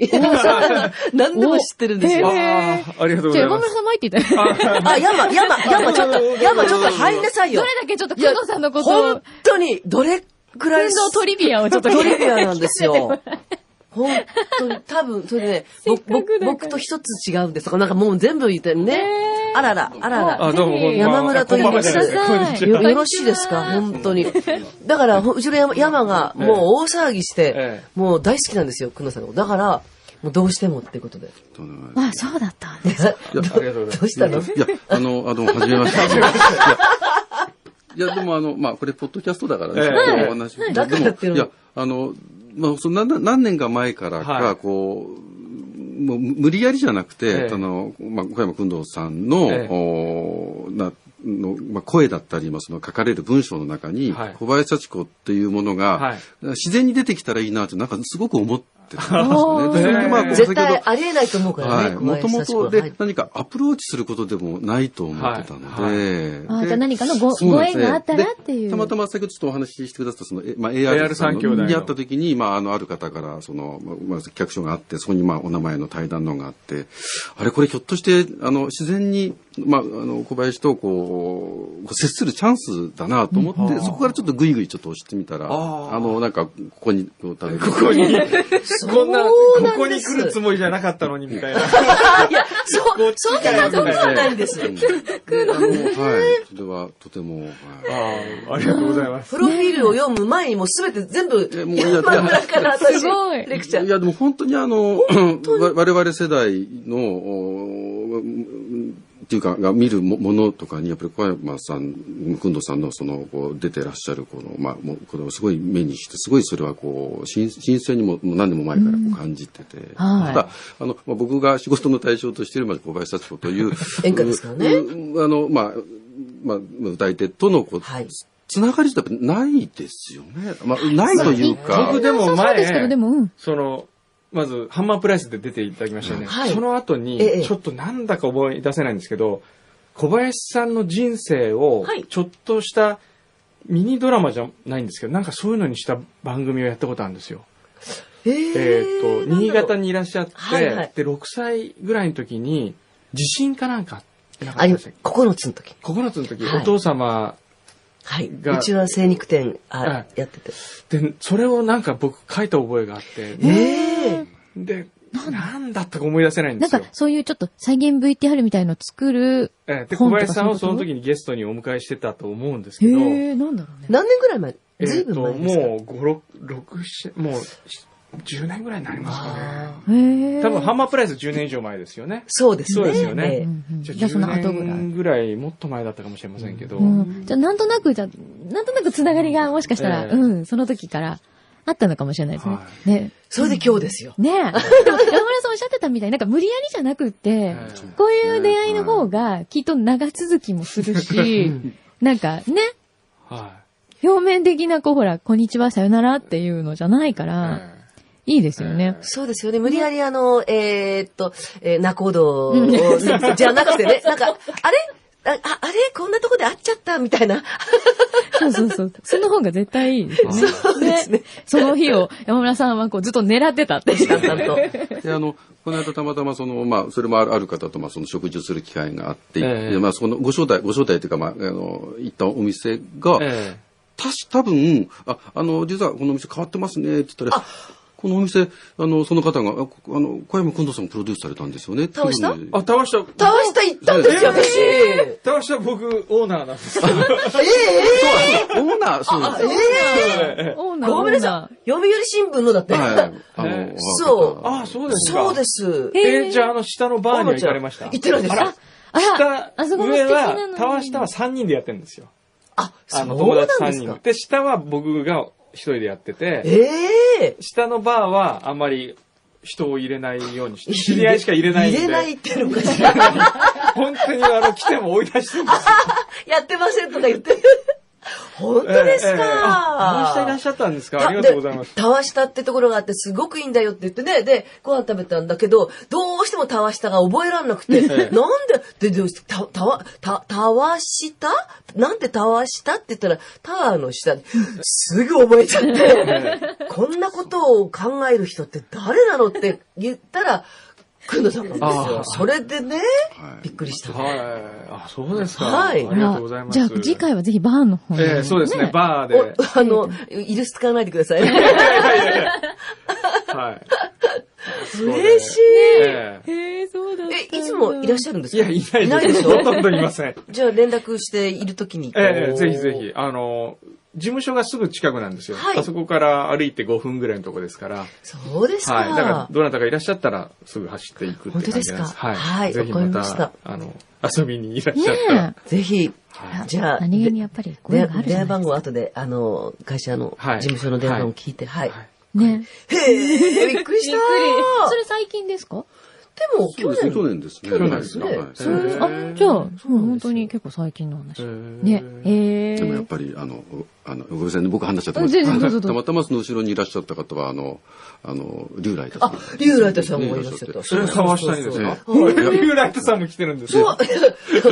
Speaker 3: 何でも知ってるんです
Speaker 2: お
Speaker 3: よ。
Speaker 2: へ
Speaker 1: ああありがとうご
Speaker 2: じゃ
Speaker 1: ざ
Speaker 2: あ
Speaker 1: い
Speaker 2: 山
Speaker 1: ま
Speaker 2: 村
Speaker 1: す。
Speaker 2: さんも入っていただいて。どれ
Speaker 3: あ、山、山、山ちょっと、山ちょっと入んなさいよ。
Speaker 2: だけちょっと工藤さんのことを
Speaker 3: 本、当に、どれくらい
Speaker 2: 運動トリビアをちょっと。
Speaker 3: トリビアなんですよ。本当に、多分、それでね、ぼ
Speaker 2: せっかくだから
Speaker 3: 僕と一つ違うんですとか、なんかもう全部言ってね。あらら、あらら。
Speaker 1: あ、どうもこんばんは。
Speaker 3: 山村と言います
Speaker 1: こんばんはじゃないですこんに
Speaker 3: よ
Speaker 1: ちは。
Speaker 3: よろしいですか本当に。だから、ほうちの山山がもう大騒ぎし
Speaker 1: え
Speaker 3: て
Speaker 1: え、
Speaker 3: もう大好きなんですよ、くんのさんのこと。だから、もうどうしてもってことで。
Speaker 2: あ、そうだったんです。
Speaker 4: いや、
Speaker 1: ありがとうござい
Speaker 3: どうしたの
Speaker 4: いや、あの、あの、はじめまして。いやいや、でもあの、まあ、これ、ポッドキャストだからね、
Speaker 1: ええ
Speaker 4: ちょっとお話を
Speaker 3: だからっていう
Speaker 4: でも、
Speaker 3: の
Speaker 4: いや、あの、まあ、その何何年か前からか、
Speaker 1: はい
Speaker 4: こう、もう無理やりじゃなくて、
Speaker 1: ええ
Speaker 4: あの、まあ、小山君堂さんの、
Speaker 1: ええ
Speaker 4: おなの、まあ、声だったり、まあ、その書かれる文章の中に、
Speaker 1: はい
Speaker 4: 小林幸子っていうもの
Speaker 1: は
Speaker 4: が
Speaker 1: い、
Speaker 4: 自然に出てきたらいいなって、なんかすごく思ってた んですよ
Speaker 2: お
Speaker 4: ね。
Speaker 2: ー
Speaker 4: でそれでまあ僕
Speaker 3: 絶
Speaker 4: 先ほど
Speaker 3: 対ありえないと思うから
Speaker 4: は
Speaker 3: ね、
Speaker 4: い。
Speaker 3: 小
Speaker 4: もと
Speaker 3: 林
Speaker 4: も
Speaker 3: 幸子
Speaker 4: と
Speaker 3: はは
Speaker 4: で
Speaker 3: い
Speaker 4: 何かアプローチすることでもないと思ってたので。
Speaker 1: はい
Speaker 2: あ
Speaker 4: で
Speaker 2: じゃあ何かのご
Speaker 4: そうなんです
Speaker 2: ご縁があったら
Speaker 4: で
Speaker 2: っていう
Speaker 4: たまたま先ほどちょっとお話ししてくださった、その、えまあ、
Speaker 1: AR さん
Speaker 4: AR
Speaker 1: の兄弟の
Speaker 4: に会った時に、まあ、あの、ある方から、その、まあまあ、客所があって、そこに、まあ、お名前の対談のがあって、あれ、これひょっとして、あの、自然に、まあ、あの、小林と、こう、こう接するチャンスだなと思って、そこからちょっとぐいぐいちょっと押してみたら、
Speaker 1: あー
Speaker 4: あの、なんか、ここに、こう、たどり着いて
Speaker 1: ここに、こんな、こ
Speaker 3: そうなんです
Speaker 1: こに来るつもりじゃなかったのにみ たいな。
Speaker 3: いや、そう、そんな感覚じゃないんです。
Speaker 4: うんであのはい。それはとても、はい。
Speaker 1: ああ、ありがとうございます。
Speaker 3: プロフィールを読む前にもうすべて全部、
Speaker 4: えもういや
Speaker 3: 山村から 私、
Speaker 2: すごい
Speaker 3: レクチャ
Speaker 4: い
Speaker 3: ー。
Speaker 4: や、でも本当にあの、わ我々世代の、おっていうか、が見るもものとかに、やっぱり小山さん、ムクンドさんのその、こう出てらっしゃる、この、まあ、もう、これをすごい目にして、すごいそれはこう、新新鮮にも、もう何年も前からこう感じてて、
Speaker 2: はい
Speaker 4: ただ、あの、まあ、僕が仕事の対象としている、まあ、小林幸子という、
Speaker 3: 演歌ですからね
Speaker 4: うんあの、まあ、まあ、歌い手との、こう、
Speaker 3: はい
Speaker 4: つながりってやっぱないですよね。まあ、ないというか。
Speaker 1: 僕でも
Speaker 2: そう
Speaker 1: 前
Speaker 2: ですけど、でも、うん。
Speaker 1: その、まず、ハンマープライスで出ていただきましたよね。
Speaker 3: はい
Speaker 1: その後に
Speaker 3: ええ、
Speaker 1: ちょっとなんだか思い出せないんですけど、小林さんの人生を
Speaker 3: はい、
Speaker 1: ちょっとしたミニドラマじゃないんですけど、なんかそういうのにした番組をやったことあるんですよ。
Speaker 3: え
Speaker 1: えーっと、新潟
Speaker 3: に。
Speaker 1: にいらっしゃって、
Speaker 3: はいはい
Speaker 1: で、6歳ぐらいの時に、地震かなんかあってなかっ
Speaker 3: あ
Speaker 1: た
Speaker 3: り
Speaker 1: で
Speaker 3: ま
Speaker 1: したっけ
Speaker 3: 9つの時。
Speaker 1: 9つの時、
Speaker 3: は
Speaker 1: お
Speaker 3: い
Speaker 1: 父様
Speaker 3: はい。
Speaker 1: が
Speaker 3: うちは精肉店、
Speaker 1: は
Speaker 3: あ
Speaker 1: い
Speaker 3: やってて。
Speaker 1: で、それをなんか僕書いた覚えがあって、
Speaker 3: ええ。
Speaker 1: で、なんだったか思い出せないんで
Speaker 2: なん
Speaker 1: す
Speaker 2: か
Speaker 1: よ。、
Speaker 2: そういうちょっと再現 VTR みたいの作る。
Speaker 1: ええで、小
Speaker 2: 本と
Speaker 1: 林
Speaker 2: か
Speaker 1: さんを
Speaker 2: そ
Speaker 1: そう
Speaker 2: いう
Speaker 1: の
Speaker 2: こと
Speaker 1: 時にゲストにお迎えしてたと思うんです
Speaker 2: へ
Speaker 1: けど、
Speaker 2: え、なんだろうね。
Speaker 3: 何年ぐらい前
Speaker 1: え
Speaker 3: ずい
Speaker 1: っ
Speaker 3: ぶ
Speaker 1: と、
Speaker 3: ん前ですか
Speaker 1: もう5、6、6、もう、 10年ぐらいになりますかね。
Speaker 2: へー
Speaker 1: 多分ハンマープライス10年以上前ですよね。
Speaker 3: そうです
Speaker 1: そ
Speaker 3: ね。
Speaker 1: うですよね
Speaker 3: え
Speaker 2: う
Speaker 3: え
Speaker 2: んうん
Speaker 1: じ
Speaker 2: じ
Speaker 1: ゃあ
Speaker 2: ゃあその
Speaker 1: 10
Speaker 2: 後ぐらい
Speaker 1: 年。ぐらいもっと前だったかもしれませんけど。
Speaker 2: うん、じゃあなんとなく、じゃあなんとなくつながりがもしかしたら、
Speaker 1: ええ
Speaker 2: うん、その時からあったのかもしれないですね。
Speaker 1: は
Speaker 2: ね
Speaker 3: それで今日ですよ。
Speaker 2: ねえ。でも、山村さんおっしゃってたみたいに、なんか無理やりじゃなくって、
Speaker 1: ええ
Speaker 2: こういう出会いの方がきっと長続きもするし、なんかね、
Speaker 1: は
Speaker 2: 表面的なこうほら、こんにちは、さよならっていうのじゃないか
Speaker 1: い。
Speaker 2: ら、
Speaker 1: ええ
Speaker 2: いいですよね。
Speaker 3: そうですよね。無理やりあの、えーっと、えー、仲人を、じゃなくてね、なんか、あれあああれこんなとこで会っちゃったみた いな。
Speaker 2: そうそうそう。その方が絶対いいですよね。
Speaker 3: そうですね。
Speaker 2: その日を山村さんはこうずっと狙ってたって。
Speaker 3: 淡々と。
Speaker 4: で、あの、この間たまたまその、まあ、それもあるある方と、まあ、その食事をする機会があって、
Speaker 1: ええ
Speaker 4: でまあ、そのご招待、ご招待というか、まあ、あの、行ったお店が、
Speaker 1: え
Speaker 4: たし、多分、あ、あの、実はこのお店変わってますね、って言ったら、このお店、あの、その方が、あこあの、小山くんどさんがプロデュースされたんですよね。
Speaker 3: 倒した
Speaker 4: っていう
Speaker 1: え
Speaker 4: の
Speaker 1: あ、
Speaker 4: で
Speaker 1: 倒した。
Speaker 3: 倒した行ったんですよ、私。え
Speaker 1: 倒した僕、オーナーなんですけど。
Speaker 4: そうなんですオーナー、そうなんですよ。
Speaker 2: オーナー
Speaker 3: ごめんなさい。読売新聞のだって。
Speaker 4: はい。あ
Speaker 1: ええ
Speaker 4: の、
Speaker 3: そう
Speaker 4: あ
Speaker 1: あ、そうですか。
Speaker 3: そうです。
Speaker 2: え
Speaker 1: えじゃあ、あの、下のバーには行かれました
Speaker 3: 行ってないです
Speaker 1: あら
Speaker 2: あら
Speaker 1: 下、、
Speaker 2: あそこも素
Speaker 1: 上
Speaker 2: 敵なの
Speaker 1: は、
Speaker 2: に。
Speaker 1: 倒したは3人でやってるんですよ。
Speaker 3: あ、そ
Speaker 1: あの、
Speaker 3: う
Speaker 1: 友
Speaker 3: なん
Speaker 1: 達3
Speaker 3: です
Speaker 1: 人
Speaker 3: か
Speaker 1: で。。で、下は僕が一人でやってて、
Speaker 3: ええ
Speaker 1: 下のバーはあんまり人を入れないようにして、知り合いしか入れないんで。
Speaker 3: 入れないっていうのか しら。
Speaker 1: 本当にあの、来ても追い出してるんですよ。
Speaker 3: やってませんとか言って。本当です
Speaker 1: ええええあもう
Speaker 3: か。
Speaker 1: 下いらっしゃったんですかありがとうございます。
Speaker 3: でたわしたってところがあって、すごくいいんだよって言ってね、で、ご飯食べたんだけど、どうしてもたわしたが覚えらんなくて、なんで、で、どうして、た、たわ、た、たわしたなんでたわしたって言ったら、タワーの下ですぐ覚えちゃって、こんなことを考える人って誰なのって言ったら、くんどさんなんです
Speaker 1: あー
Speaker 3: よ。それでね、
Speaker 4: はい
Speaker 3: びっくりした。
Speaker 1: はい。あ、そうですか。
Speaker 3: はい
Speaker 1: ありがとうございます。
Speaker 2: じゃあ次。回はぜひバーンの方に。
Speaker 1: ええ、そうですね、バーで。
Speaker 3: お、あの、イルス使わないでください。
Speaker 1: はい。
Speaker 3: 嬉しい。
Speaker 1: ええ
Speaker 2: へえ、そうだったんだ。
Speaker 3: え、いつもいらっしゃるんです
Speaker 1: い
Speaker 3: か
Speaker 1: や、いないです。
Speaker 3: でし
Speaker 1: ほと
Speaker 3: ょ
Speaker 1: んどいません。
Speaker 3: じゃあ連絡しているときに。こう
Speaker 1: ええぜひぜひ。。あの、事務所がすぐ近くなんですよ。
Speaker 3: はい
Speaker 1: あそこから歩いて5分ぐらいのとこですから。はい。
Speaker 3: そうですか。
Speaker 1: だから、どなたかいらっしゃったら、すぐ走っていくって感じなんです。
Speaker 3: 本当ですか
Speaker 1: はい。
Speaker 3: はい
Speaker 1: ぜひ
Speaker 3: わか
Speaker 1: ま
Speaker 3: り
Speaker 1: た、
Speaker 3: ました
Speaker 1: あの、遊びにいらっしゃったら。
Speaker 2: ねえ。
Speaker 3: ぜひ、
Speaker 1: はい
Speaker 3: じゃあ、
Speaker 2: 何気に
Speaker 3: で
Speaker 2: やっぱり声
Speaker 3: 電
Speaker 2: があるじ
Speaker 3: 電
Speaker 2: ゃな
Speaker 3: 話
Speaker 2: い
Speaker 3: 番
Speaker 2: で
Speaker 3: 号は後で、あの、会社の、
Speaker 1: はい
Speaker 3: 事務所の電話番号聞いて、はい。
Speaker 1: はい
Speaker 2: ね
Speaker 3: へえ、びっくりした。
Speaker 2: それ最近ですか
Speaker 3: でも、
Speaker 4: そ
Speaker 3: 去
Speaker 4: うですね、
Speaker 3: 年
Speaker 4: 去
Speaker 3: の
Speaker 4: 年ですね。
Speaker 3: 去
Speaker 1: 年ですね
Speaker 4: はい
Speaker 1: へー
Speaker 2: あ、じゃあ、そう本当に結構最近の話。ね。へえ。
Speaker 4: でもやっぱり、あの、うあの、ごめんなさいね、僕話しちゃって
Speaker 2: うん
Speaker 4: ま
Speaker 2: 全然どうぞ
Speaker 4: す。
Speaker 2: どうぞ
Speaker 4: たまたまその後ろにいらっしゃった方は、あの、あの、竜来だ
Speaker 3: あ、リュウライトさんもいらっしゃった。
Speaker 1: それは沢下にですか
Speaker 3: そうそうそう
Speaker 1: リュウライトさんも来てるんですよ。
Speaker 3: そ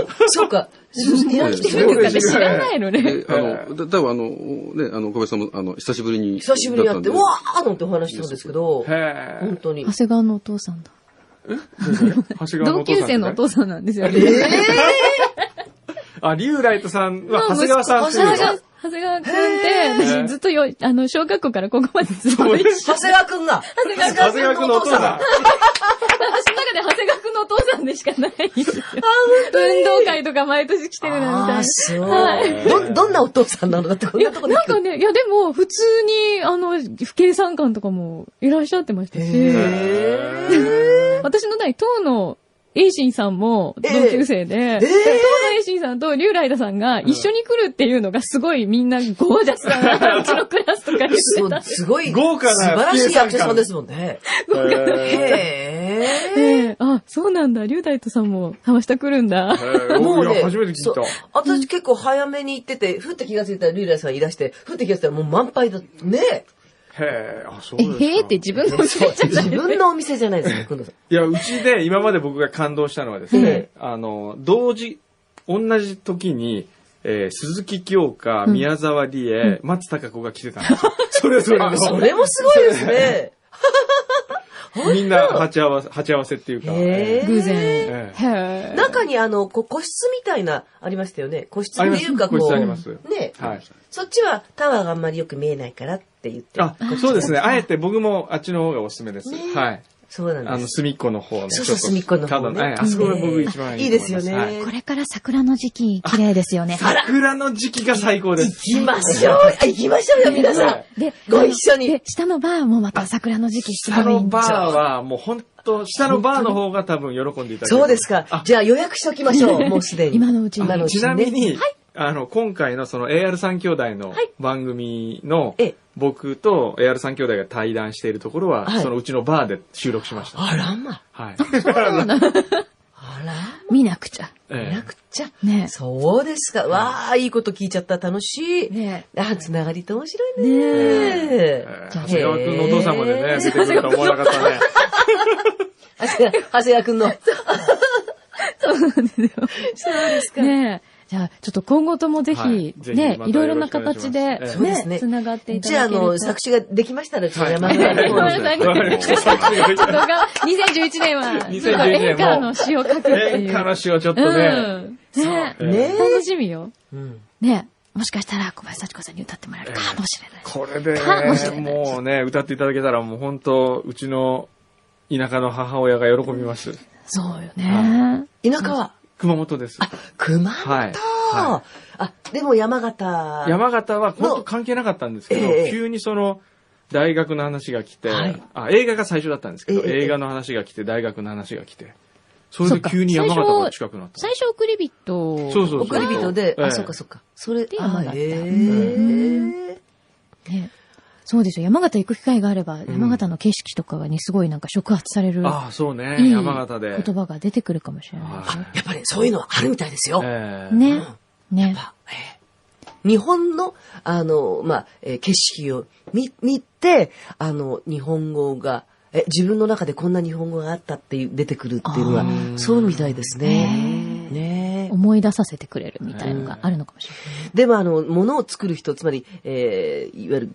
Speaker 3: う、そ うか。いらっしゃるんですか
Speaker 2: 知
Speaker 3: ね
Speaker 2: らないのね。
Speaker 4: で、あの、だ、だいぶあの、ね、あの、小林さんも、あの、久しぶりに。
Speaker 3: 久しぶりに会って、
Speaker 4: だ
Speaker 3: わ
Speaker 4: たんで
Speaker 3: ーなんてお話ししたんですけど、
Speaker 1: へえ。
Speaker 3: 本当に
Speaker 2: 長。谷川のお父さんだ。
Speaker 1: 長谷川の
Speaker 2: 同
Speaker 1: お父
Speaker 2: 級
Speaker 1: さん
Speaker 2: 生のお父さんなんですよ。長
Speaker 1: あ、リュウライトさんは長谷川さんってい
Speaker 3: 長
Speaker 1: う
Speaker 3: 谷川
Speaker 1: の。
Speaker 2: 谷長谷川くんって、
Speaker 1: へー
Speaker 2: 私ずっとよ、あの、小学校からここまでずっと
Speaker 1: そう
Speaker 2: 一緒
Speaker 1: で
Speaker 2: に
Speaker 1: す
Speaker 3: 長谷川くんが。
Speaker 1: 長谷川君のお父さん。
Speaker 2: 私の中で長谷川くんのお父さんでしかないんですよ。運動会とか毎年来てるな、みたい
Speaker 3: あ
Speaker 2: な
Speaker 3: あ、。そう。
Speaker 2: はい
Speaker 3: ど、どんなお父さんなのだってこんなとこで
Speaker 2: なん
Speaker 3: 聞
Speaker 2: か
Speaker 3: く。
Speaker 2: ね、いやでも、普通に、あの、不計算官とかもいらっしゃってましたし、私の代、当の栄心さんも同級生で、当の栄心さんと竜ライダさんが一緒に来るっていうのがすごいみんなゴージャスだな、うちのクラスとか言って
Speaker 3: そう
Speaker 2: た。
Speaker 3: すごい、
Speaker 1: 豪華な
Speaker 3: 素晴らしい役者さんですもんね。へえ。
Speaker 2: であ、そうなんだ、竜大とさんも探してくるんだ。
Speaker 1: へえ
Speaker 3: もう
Speaker 1: い
Speaker 3: ね、
Speaker 1: や初めて聞い
Speaker 3: そう
Speaker 1: た。
Speaker 3: 私結構早めに行ってて、ふって気がついたらリュウライさんいらして、ふって気がついたらもう満杯だった。ねえ
Speaker 1: へえ、あ、そう
Speaker 2: え、
Speaker 1: ですか。
Speaker 2: へーって自分の教えちゃった
Speaker 3: 自分のお店じゃないですか、くんどさん。
Speaker 1: いや、うちで今まで僕が感動したのはですね
Speaker 3: え、
Speaker 1: あの、同時、同じ時に、えー鈴木京香、宮沢りえ、松たか子が来てたんですよ。 それぞれの。
Speaker 3: それもすごいですね。
Speaker 1: みんな鉢合わせ、鉢合わせっていうか。
Speaker 3: へ
Speaker 2: 偶然。
Speaker 1: ええ
Speaker 2: へー
Speaker 3: 中にあの、こ個室みたいな、ありましたよね。個室
Speaker 1: ありま
Speaker 3: って
Speaker 1: す
Speaker 3: いうか、こ
Speaker 1: 個室あります
Speaker 3: う。ねえ
Speaker 1: はい。
Speaker 3: そっちはタワーがあんまりよく見えないからって言って。
Speaker 1: あ、そうですね。あえて僕もあっちの方がおすすめです。はい。
Speaker 3: そうなん
Speaker 1: あ
Speaker 3: で
Speaker 1: の、
Speaker 3: す。
Speaker 1: 隅っこの方の。
Speaker 3: そうそう隅っこの方ね
Speaker 1: ただね、あそこが僕一番いいと思ま。
Speaker 3: いいですよね
Speaker 1: はい
Speaker 5: これから桜の時期、綺麗ですよね。
Speaker 1: 桜の時期が最高で
Speaker 3: 行
Speaker 1: す。
Speaker 3: きましょうあ行きましょうよ、皆さん
Speaker 5: で、
Speaker 3: ご一緒に
Speaker 5: で、下のバーもまた桜の時期、す
Speaker 1: 下
Speaker 5: ごい
Speaker 1: の
Speaker 5: んで
Speaker 1: バ
Speaker 5: す
Speaker 1: ー
Speaker 5: よ。
Speaker 1: は、もう本当下のバーの方が多分喜んでいただける。
Speaker 3: そうですか。じゃあ予約しときましょう、もうすで に。
Speaker 5: 今のうちに
Speaker 3: 今のうち
Speaker 1: ち
Speaker 3: ね
Speaker 1: なみに、あの、今回のその AR3 兄弟の番組の
Speaker 3: ええ、
Speaker 1: 僕と AR3 兄弟が対談しているところは、
Speaker 3: はい
Speaker 1: そのうちのバーで収録しました。
Speaker 3: あらま。
Speaker 1: はい。
Speaker 3: あら
Speaker 5: 見なくちゃ。
Speaker 3: ま。
Speaker 1: え
Speaker 3: な
Speaker 1: え
Speaker 3: くちゃ。
Speaker 5: ね
Speaker 3: そうですか。わあ、いいこと聞いちゃった。楽しい。
Speaker 5: え。ね
Speaker 3: あ、つながりって面白いね。
Speaker 5: ね
Speaker 1: ええ
Speaker 3: じゃあ
Speaker 1: 長谷川くんのお父さんまでね、出てくるとは思わなかったね。
Speaker 3: 長谷川 長谷川くんの。
Speaker 5: え。ねえ。じゃあ、ちょっと今後ともぜ
Speaker 1: はい
Speaker 5: ひ、
Speaker 1: ぜひ
Speaker 5: ね、
Speaker 1: また
Speaker 5: いろいろな
Speaker 1: よろしくお願いします
Speaker 5: 形で、
Speaker 1: ええ
Speaker 3: そうですね
Speaker 5: ね、つながっていた
Speaker 3: じゃ
Speaker 5: だ
Speaker 3: あ、あ
Speaker 5: けると。
Speaker 3: の、作詞ができましたら、ちょっと山
Speaker 1: はい
Speaker 3: 村の
Speaker 2: ご
Speaker 3: 方
Speaker 2: め
Speaker 3: に
Speaker 2: んなさい
Speaker 1: わかりま した
Speaker 2: そ こが、2011年は、
Speaker 1: 2011
Speaker 2: なんか演
Speaker 1: 年も
Speaker 2: 歌の詩を書くってい
Speaker 1: 演
Speaker 2: う。
Speaker 1: 歌の詩をちょっと
Speaker 2: う
Speaker 1: ね、
Speaker 2: ん。
Speaker 1: そう
Speaker 2: ね
Speaker 1: ええ
Speaker 3: ね
Speaker 2: 楽しみよ。
Speaker 3: うん
Speaker 5: ねえ。もしかしたら、小林幸子さんに歌ってもらえるかもしれない。
Speaker 1: これで
Speaker 5: かもしれな、い
Speaker 1: もうね、歌っていただけたらもう本当、うちの田舎の母親が喜びます。
Speaker 5: そうよ
Speaker 1: は
Speaker 5: ね。
Speaker 3: 田舎は、
Speaker 1: 熊本です。
Speaker 3: 熊本、
Speaker 1: はいは
Speaker 3: あ、でも山形。
Speaker 1: 山形は本当関係なかったんですけど、
Speaker 3: ええ
Speaker 1: 急にその、大学の話が来て、
Speaker 3: はい
Speaker 1: あ、映画が最初だったんですけど、
Speaker 3: ええ
Speaker 1: 映画の話が来て、大学の話が来て、それで急に山形が近くなった。
Speaker 2: 最初、送り人。
Speaker 1: そうそう
Speaker 3: 送り人で、
Speaker 1: ええ
Speaker 3: あ、そっかそっか。それ、
Speaker 2: で
Speaker 3: あ
Speaker 2: 山、形
Speaker 3: へえ
Speaker 5: ねそうですよ。山形行く機会があれば、山形の景色とかがね、すごいなんか触発される
Speaker 1: ああ、そうね、
Speaker 5: いい
Speaker 1: 山形で。
Speaker 5: 言葉が出てくるかもしれないですよ
Speaker 1: は
Speaker 3: やっぱりそういうのはあるみたいですよ。
Speaker 1: ええ
Speaker 5: ね。ね。
Speaker 3: あええ日本の、あの、まあ、えー景色を見、見て、あの、日本語が、え、自分の中でこんな日本語があったっていう、出てくるっていうの
Speaker 5: あ
Speaker 3: は、
Speaker 5: ー
Speaker 3: そうみたいですね
Speaker 5: ね。
Speaker 3: ねえ
Speaker 5: 思い出させてくれるみたいのがあるのかもしれない。
Speaker 3: でも、あの、ものを作る人、つまり、えーいわゆる、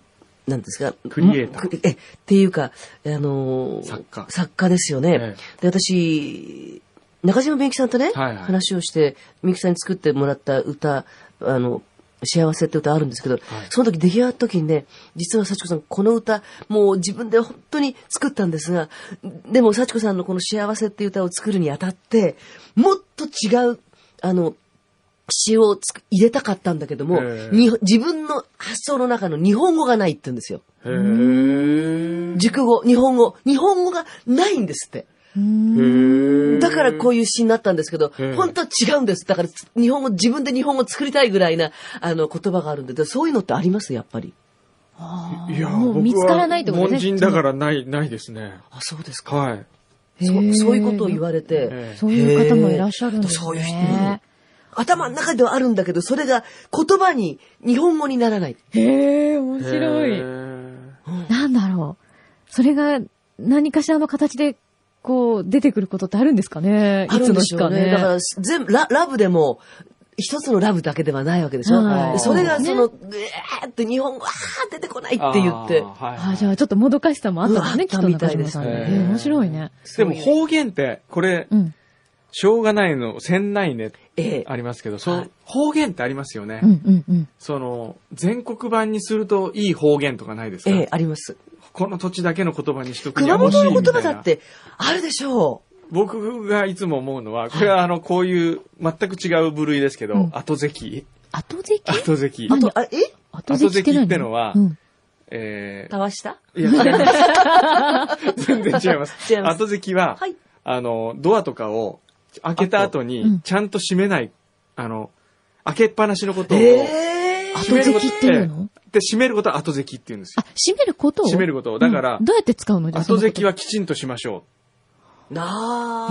Speaker 3: なんですか。
Speaker 1: クリエイター
Speaker 3: んクリえ、っていうか、あのー
Speaker 1: 作家
Speaker 3: 作家ですよね。
Speaker 1: え
Speaker 3: で、私、中島みゆきさんとね、
Speaker 1: はいはい
Speaker 3: 話をして、みゆきさんに作ってもらった歌、あの、幸せって歌あるんですけど、その時出来上がった時にね、実は幸子さん、この歌、もう自分で本当に作ったんですが、でも幸子さんのこの幸せっていう歌を作るにあたって、もっと違う、あの、詩をつく入れたかったんだけども、
Speaker 1: ええ
Speaker 3: に自分の発想の中の日本語がないって言うんですよ。
Speaker 1: へえ
Speaker 3: 熟語、日本語、日本語がないんですって。
Speaker 5: うーん
Speaker 3: だからこういう詩になったんですけど
Speaker 1: ええ、
Speaker 3: 本当は違うんです。だからつ日本語、自分で日本語作りたいぐらいな、あの、言葉があるんで、でそういうのってありますやっぱり。
Speaker 5: あ
Speaker 1: いや、
Speaker 5: ーもう見つからないってこと
Speaker 1: 凡
Speaker 5: ね。
Speaker 1: 人だからない、ないですね。
Speaker 3: あ、そうですか。
Speaker 1: はい。
Speaker 3: そ
Speaker 5: へえ
Speaker 3: そういうことを言われ
Speaker 1: え
Speaker 3: て、
Speaker 1: え
Speaker 5: そういう方もいらっしゃるんですね。
Speaker 3: そういう人も頭の中ではあるんだけど、それが言葉に、日本語にならない。
Speaker 2: へえ、面白
Speaker 1: へ
Speaker 2: い。
Speaker 1: え
Speaker 5: なんだろう。それが何かしらの形で、こう、出てくることってあるんですかね。
Speaker 3: あ
Speaker 5: い
Speaker 3: る
Speaker 5: つ
Speaker 3: んで
Speaker 5: の
Speaker 3: し
Speaker 5: 日
Speaker 3: ょ
Speaker 5: か
Speaker 3: うね。
Speaker 5: ね。
Speaker 3: だから、全部、ララブでも、一つのラブだけではないわけでしょ。
Speaker 5: はい
Speaker 3: でそれが
Speaker 2: ね
Speaker 3: その、ぐえーって日本語、あー出てこないって言って
Speaker 1: あ。ーはい
Speaker 5: あーじゃあちょっともどかしさもあったの
Speaker 3: うんあ
Speaker 5: ね、
Speaker 3: っ
Speaker 5: き
Speaker 3: た
Speaker 5: っと
Speaker 3: みた
Speaker 5: 中
Speaker 3: いで
Speaker 5: 島
Speaker 3: す
Speaker 5: さんに。
Speaker 1: ね
Speaker 5: えー面白いね。
Speaker 1: でも方言って、これ
Speaker 5: う、ん。
Speaker 1: しょうがないの、せんないね、
Speaker 3: ええ
Speaker 1: ありますけど、そ、
Speaker 3: はいう
Speaker 1: 方言ってありますよね。
Speaker 5: うんうんうん。
Speaker 1: その、全国版にするといい方言とかないですか、
Speaker 3: ええあります。
Speaker 1: この土地だけの言葉にしとくに
Speaker 3: 熊
Speaker 1: は惜
Speaker 3: 本
Speaker 1: しいみたい
Speaker 3: の
Speaker 1: な
Speaker 3: 言葉だっ。て、あるでしょう。
Speaker 1: 僕がいつも思うのは、これはあの、こういう、全く違う部類ですけど、
Speaker 5: うん
Speaker 1: 後関
Speaker 5: 後付け
Speaker 1: 後関
Speaker 3: あと、あ、え
Speaker 5: 後付けって何
Speaker 1: 後付けってのは
Speaker 5: うん
Speaker 1: え
Speaker 3: たわした
Speaker 1: ー、いや、違います。 全然違います。
Speaker 3: 違います
Speaker 1: 後関は、
Speaker 3: はい。
Speaker 1: あの、ドアとかを開けた後
Speaker 5: う
Speaker 1: に
Speaker 5: ん、
Speaker 1: ちゃんと閉めない、あの、開けっぱなしのことを、
Speaker 3: ええ
Speaker 5: 後付けっていうの
Speaker 1: で、閉めることは後関って言うんですよ
Speaker 5: あ。、閉めることを
Speaker 1: 閉めることを。だから
Speaker 5: うん、どうやって使うのじゃあ
Speaker 1: 後関
Speaker 5: は。
Speaker 1: はきちんとしましょ
Speaker 3: な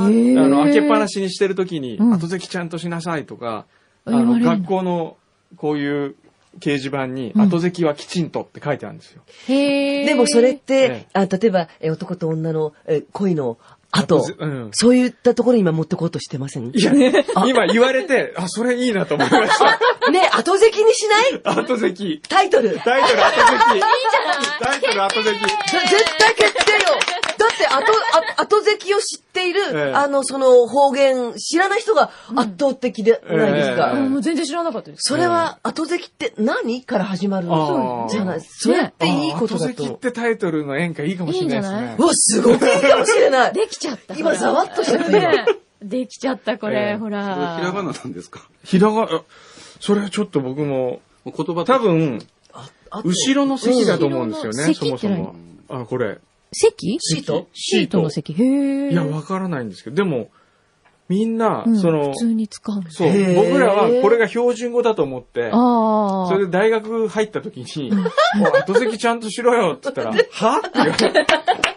Speaker 5: あ
Speaker 3: あ。
Speaker 1: う。あの、開けっぱな
Speaker 5: し。
Speaker 1: しにしてるときに、
Speaker 5: うん
Speaker 1: 後関ちゃんとしなさいとか、あ
Speaker 5: 言わ
Speaker 1: の、
Speaker 5: れるの
Speaker 1: 学校の、こういう掲示板に、
Speaker 5: うん
Speaker 1: 後関はきちんとって書いてあるんですよ。
Speaker 2: へえ。
Speaker 3: でもそれっ
Speaker 1: え
Speaker 3: て、あ例えば、え男と女のえ恋の後
Speaker 1: 後、うん。
Speaker 3: そういったところに今持ってこうとしてません
Speaker 1: いや、今言われて、あ、それいいなと思いました。
Speaker 3: ね後付きにしない
Speaker 1: 後 関。
Speaker 3: タイトル。
Speaker 1: タイトル後関。いいじゃないタイトル後関。
Speaker 3: それ絶対決定よだって後、あ後席を知っている、
Speaker 1: ええ
Speaker 3: あの、その方言、知らない人が圧倒的でないですか。
Speaker 1: ええ
Speaker 2: あもう全然知らなかったです。
Speaker 3: それは、後席って何から始まる
Speaker 1: あー
Speaker 3: じゃない。それっていいことだ
Speaker 1: 後
Speaker 3: と
Speaker 1: 席
Speaker 3: 思
Speaker 1: っ
Speaker 3: う。
Speaker 1: てタイトルの演歌いいかもしれないですね
Speaker 3: う。わ、すごくいいかもしれない。
Speaker 2: できちゃった。
Speaker 3: 今ざわっとしちゃったよ
Speaker 2: ねできちゃった、
Speaker 1: え
Speaker 2: こ
Speaker 1: え
Speaker 2: れ、ほ
Speaker 4: それひらが
Speaker 2: ら。
Speaker 4: ななんですか
Speaker 1: ひらが、あそれはちょっと僕も、
Speaker 4: もう言葉と
Speaker 1: 多分、
Speaker 3: あと
Speaker 1: 後ろの席だと思うんですよ
Speaker 2: うん
Speaker 1: ね、そ
Speaker 2: 後ろ
Speaker 1: も
Speaker 2: の
Speaker 1: そ
Speaker 2: 席って
Speaker 1: も。あ、これ。
Speaker 2: 席
Speaker 3: シート
Speaker 2: シートの席。へえ。
Speaker 1: いや、わからないんですけど、でも、みんな、
Speaker 2: うん
Speaker 1: その
Speaker 2: 普、通に使うの。
Speaker 1: そう
Speaker 3: へー、
Speaker 1: 僕らはこれが標準語だと思って、
Speaker 2: ああ。
Speaker 1: それで大学入った時に、もう後席ちゃんとしろよって言ったら、はって言われて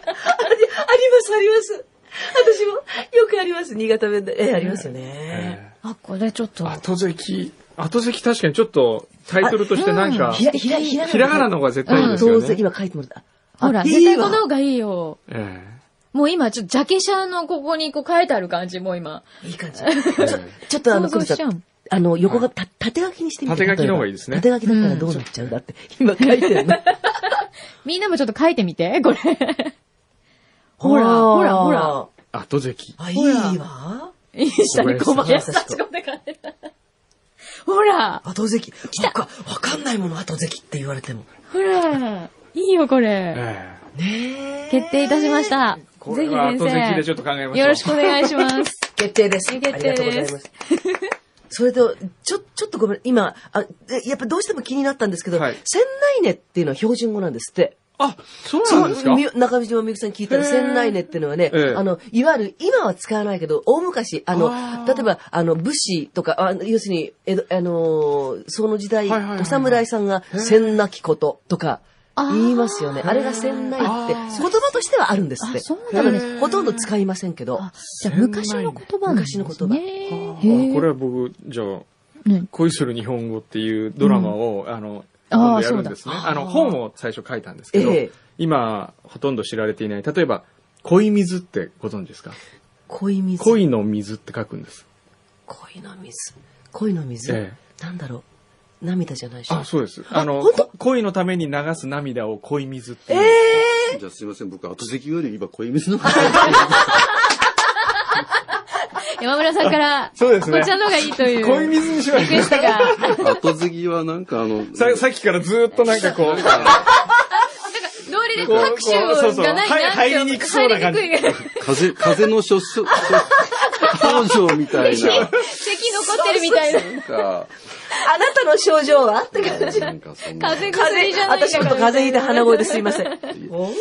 Speaker 3: あります、あります。私も、よくあります。新潟弁で。ええ、ありますよね。
Speaker 2: あ、これちょっと。
Speaker 1: 後席、後席確かにちょっとタイトルとしてなんか、
Speaker 3: ひら、ひら、ひら
Speaker 1: ひらがなの方が絶対いいです
Speaker 3: ど
Speaker 1: よ
Speaker 3: うせ
Speaker 1: ね。
Speaker 3: 今書いてもらった。あ
Speaker 2: ほら、
Speaker 3: いい
Speaker 2: 絶対
Speaker 3: わ
Speaker 2: この方がいいよ。
Speaker 1: え
Speaker 2: もう今、ちょっとジャケ写のここにこう書いてある感じ、もう今。
Speaker 3: いい感じ。
Speaker 1: えええ
Speaker 3: ちょっとあの、
Speaker 2: 想像
Speaker 3: 黒
Speaker 2: しち
Speaker 3: 田さ
Speaker 2: ゃ
Speaker 3: ん
Speaker 2: う。
Speaker 3: あの、横が、た縦書きにしてみて。
Speaker 1: 縦書きの方がいいですね
Speaker 3: 縦書きだったらどうなっちゃうだって。今書いてるの。
Speaker 2: みんなもちょっと書いてみて、これ。ほらほらほら。
Speaker 1: 後席。
Speaker 3: あ、いいわ。
Speaker 2: インスタに小林幸子って書いてある。ほら
Speaker 3: 後関。来たか、わかんないもの、後関って言われても。
Speaker 2: ほらいいよ、これ。
Speaker 1: ええ
Speaker 3: ねえ。
Speaker 2: 決定いたしました。ぜひ
Speaker 1: これは
Speaker 2: 先
Speaker 1: 後席でちょ
Speaker 2: 生
Speaker 1: っと考えましょう。
Speaker 2: よろしくお願いします。
Speaker 3: 決定です。
Speaker 2: 決定です
Speaker 3: ありがとうございます。それと、ちょ、ちょっとごめん、今、あ、えやっぱどうしても気になったんですけど、
Speaker 1: はい
Speaker 3: 船内根っていうのは標準語なんですって。
Speaker 1: あ、そうなんですか
Speaker 3: み中島みゆきさんに聞いたら、
Speaker 1: へー
Speaker 3: 船内根っていうのはね、
Speaker 1: ええ
Speaker 3: あの、いわゆる、今は使わないけど、大昔、あの、
Speaker 1: あー
Speaker 3: 例えば、あの、武士とか、あ要するに、えどあのーその時代、
Speaker 1: はいはいはいはい
Speaker 3: お侍さんが、船なきこととか、言いますよね。あれが船内って、
Speaker 1: あ
Speaker 3: 言
Speaker 1: ー
Speaker 3: 葉としてはあるんですって
Speaker 2: あ。そう
Speaker 3: た
Speaker 2: な
Speaker 3: だ
Speaker 2: ん
Speaker 3: ね
Speaker 2: です、
Speaker 3: ほとんど使いませんけど。
Speaker 2: あじゃあ昔の言葉なんですね。
Speaker 3: 昔の言葉
Speaker 1: あ
Speaker 2: へ
Speaker 1: ー
Speaker 2: ー
Speaker 1: これは僕、じゃあ、
Speaker 2: ね
Speaker 1: 恋する日本語っていうドラマを、あの、今
Speaker 2: あー
Speaker 1: 度やるんですね。
Speaker 3: そう
Speaker 1: あ
Speaker 3: だ
Speaker 1: の、本を最初書いたんですけど、
Speaker 3: ええ
Speaker 1: 今、ほとんど知られていない、例えば、恋水ってご存知ですか
Speaker 3: 恋水。
Speaker 1: 恋の水って書くんです。
Speaker 3: 恋の水。恋の水。
Speaker 1: え
Speaker 3: なんだろう。涙じゃないでしょ。
Speaker 1: あ、そうです。あの、
Speaker 3: 本当
Speaker 1: こ恋のために流す涙を恋水っていう。
Speaker 4: じゃあすいません、僕後席より今恋水の方が
Speaker 2: 山村さんから、
Speaker 1: そうですね
Speaker 2: こちらの方がいいという。
Speaker 1: 恋水にしま
Speaker 2: リク
Speaker 1: し
Speaker 2: エ
Speaker 1: た。
Speaker 2: ストが。
Speaker 4: 後席はなんかあの、
Speaker 1: ささっきからずーっとなんかこう、
Speaker 2: ノリで拍手を
Speaker 1: そうそう
Speaker 2: がないなって。
Speaker 1: 入りにくそうな感じ
Speaker 2: 入りにくい
Speaker 4: 風、風の諸 諸諸症状みたいな。
Speaker 2: 咳残ってるみたいな。
Speaker 4: なんか、
Speaker 3: あなたの症状はって感じ。
Speaker 4: なんかそんな。
Speaker 2: 風邪薬じゃないんだ
Speaker 3: 私
Speaker 2: か
Speaker 3: も
Speaker 2: ら。
Speaker 3: 風邪ひいて鼻声ですいません。お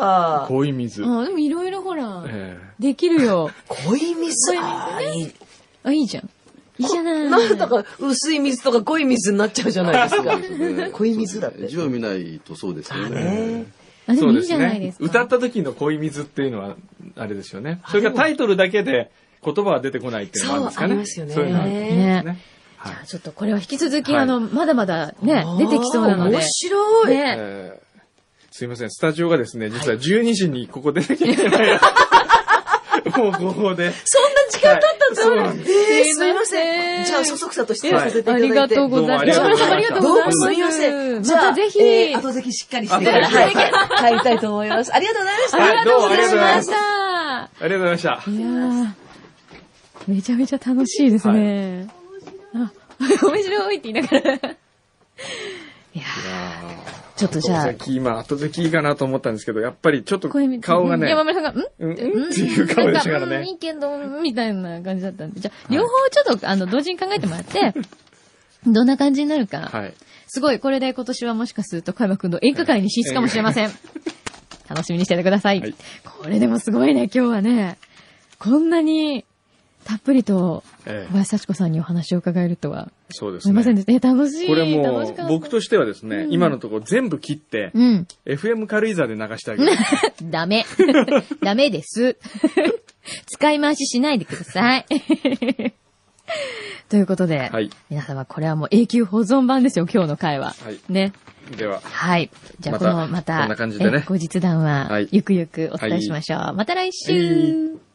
Speaker 3: あ
Speaker 1: 恋水。
Speaker 2: あ、でもいろいろほら、
Speaker 1: え
Speaker 2: できるよ。
Speaker 3: 恋水。あーいい
Speaker 2: あ、いいじゃん。いいじゃない。
Speaker 3: なんだか薄い水とか濃い水になっちゃうじゃないですか。 恋水だって
Speaker 4: 字を見ないとそうですよ
Speaker 3: だ
Speaker 4: ね
Speaker 3: ね。
Speaker 2: あ、で
Speaker 1: そ
Speaker 2: も
Speaker 1: う
Speaker 2: い
Speaker 1: で
Speaker 2: いじ
Speaker 1: す
Speaker 2: ゃないで
Speaker 1: ね
Speaker 2: す。か。
Speaker 1: 歌った時の恋水っていうのは、あれですよね。それからタイトルだけで言葉は出てこないっていうのもあるんですかね。
Speaker 3: そ
Speaker 1: そ
Speaker 3: うありますよね
Speaker 1: ういうのはあるんです
Speaker 2: ね
Speaker 1: ね。はい。
Speaker 2: ちょっとこれは引き続き、
Speaker 1: はい
Speaker 2: あの、まだまだね、出てきそうなので。
Speaker 3: 面白い。
Speaker 2: ね。
Speaker 1: えーすいません、スタジオがですね、実は12時にここ出なきゃいけない。 もうここで。
Speaker 3: そんな時間経ったんだ。
Speaker 1: そうなんで
Speaker 3: えー
Speaker 2: す
Speaker 3: すみませ
Speaker 2: すいませ
Speaker 3: ん。
Speaker 2: ん
Speaker 3: じゃあ、そそくさとして
Speaker 1: はい
Speaker 3: させていた
Speaker 2: あ
Speaker 3: だいて。
Speaker 2: りがとうございます。
Speaker 1: どうもありがとうご
Speaker 3: ど
Speaker 1: ざい
Speaker 3: う
Speaker 1: ま
Speaker 3: も
Speaker 1: す
Speaker 3: すみません。じ
Speaker 2: ま
Speaker 3: ゃ
Speaker 2: た
Speaker 3: あ、
Speaker 2: ぜひ、
Speaker 3: えー後席しっかりしてから、はい、帰りたいと思います。ありがとうございました。
Speaker 1: はいどうもありがとうございま
Speaker 2: し
Speaker 1: す。
Speaker 2: た。
Speaker 1: ありがとうございました。
Speaker 2: いやーめちゃめちゃ楽しいですね。あ、 面白いって言いながら。いやーちょっとじゃ
Speaker 1: 後
Speaker 2: あ、
Speaker 1: 席、今、後席いいかなと思ったんですけど、やっぱりちょっと
Speaker 2: 声見て
Speaker 1: 顔がね、
Speaker 2: 山村さんが、
Speaker 1: う
Speaker 2: ん
Speaker 1: ん、うんっていう顔でしたから
Speaker 2: うんい
Speaker 1: ね。
Speaker 2: いけど、みたいな感じだったんで。じゃあ、両方ちょっと、あの、同時に考えても らって、どんな感じになるか。
Speaker 1: はい。
Speaker 2: すごい、これで今年はもしかすると、小山くんの演歌会に進出かもしれません。楽しみにしててください。
Speaker 1: はい
Speaker 2: これでもすごいね、今日はね。こんなに、たっぷりと、
Speaker 1: え
Speaker 2: 小
Speaker 1: え
Speaker 2: 林幸子さんにお話を伺えるとは、
Speaker 1: そうです
Speaker 2: 思いません
Speaker 1: ね。
Speaker 2: でした。え、楽しい。
Speaker 1: これも
Speaker 2: 楽しかっ
Speaker 1: う、
Speaker 2: た
Speaker 1: 僕としてはですね、今のところ全部切って、
Speaker 2: うん。
Speaker 1: FM 軽井沢で流してあげる。
Speaker 2: ダメ。 ダメです。 使い回ししないでください。 ということで、
Speaker 1: はい
Speaker 2: 皆様これはもう永久保存版ですよ、今日の回は。
Speaker 1: はい
Speaker 2: ね。
Speaker 1: では、
Speaker 2: はい。じゃあ、
Speaker 1: ま
Speaker 2: こ
Speaker 1: た
Speaker 2: の、また、
Speaker 1: こんな感じでね
Speaker 2: え後日談は
Speaker 1: はい、
Speaker 2: ゆくゆくお伝えしましょう。また来週、
Speaker 1: はい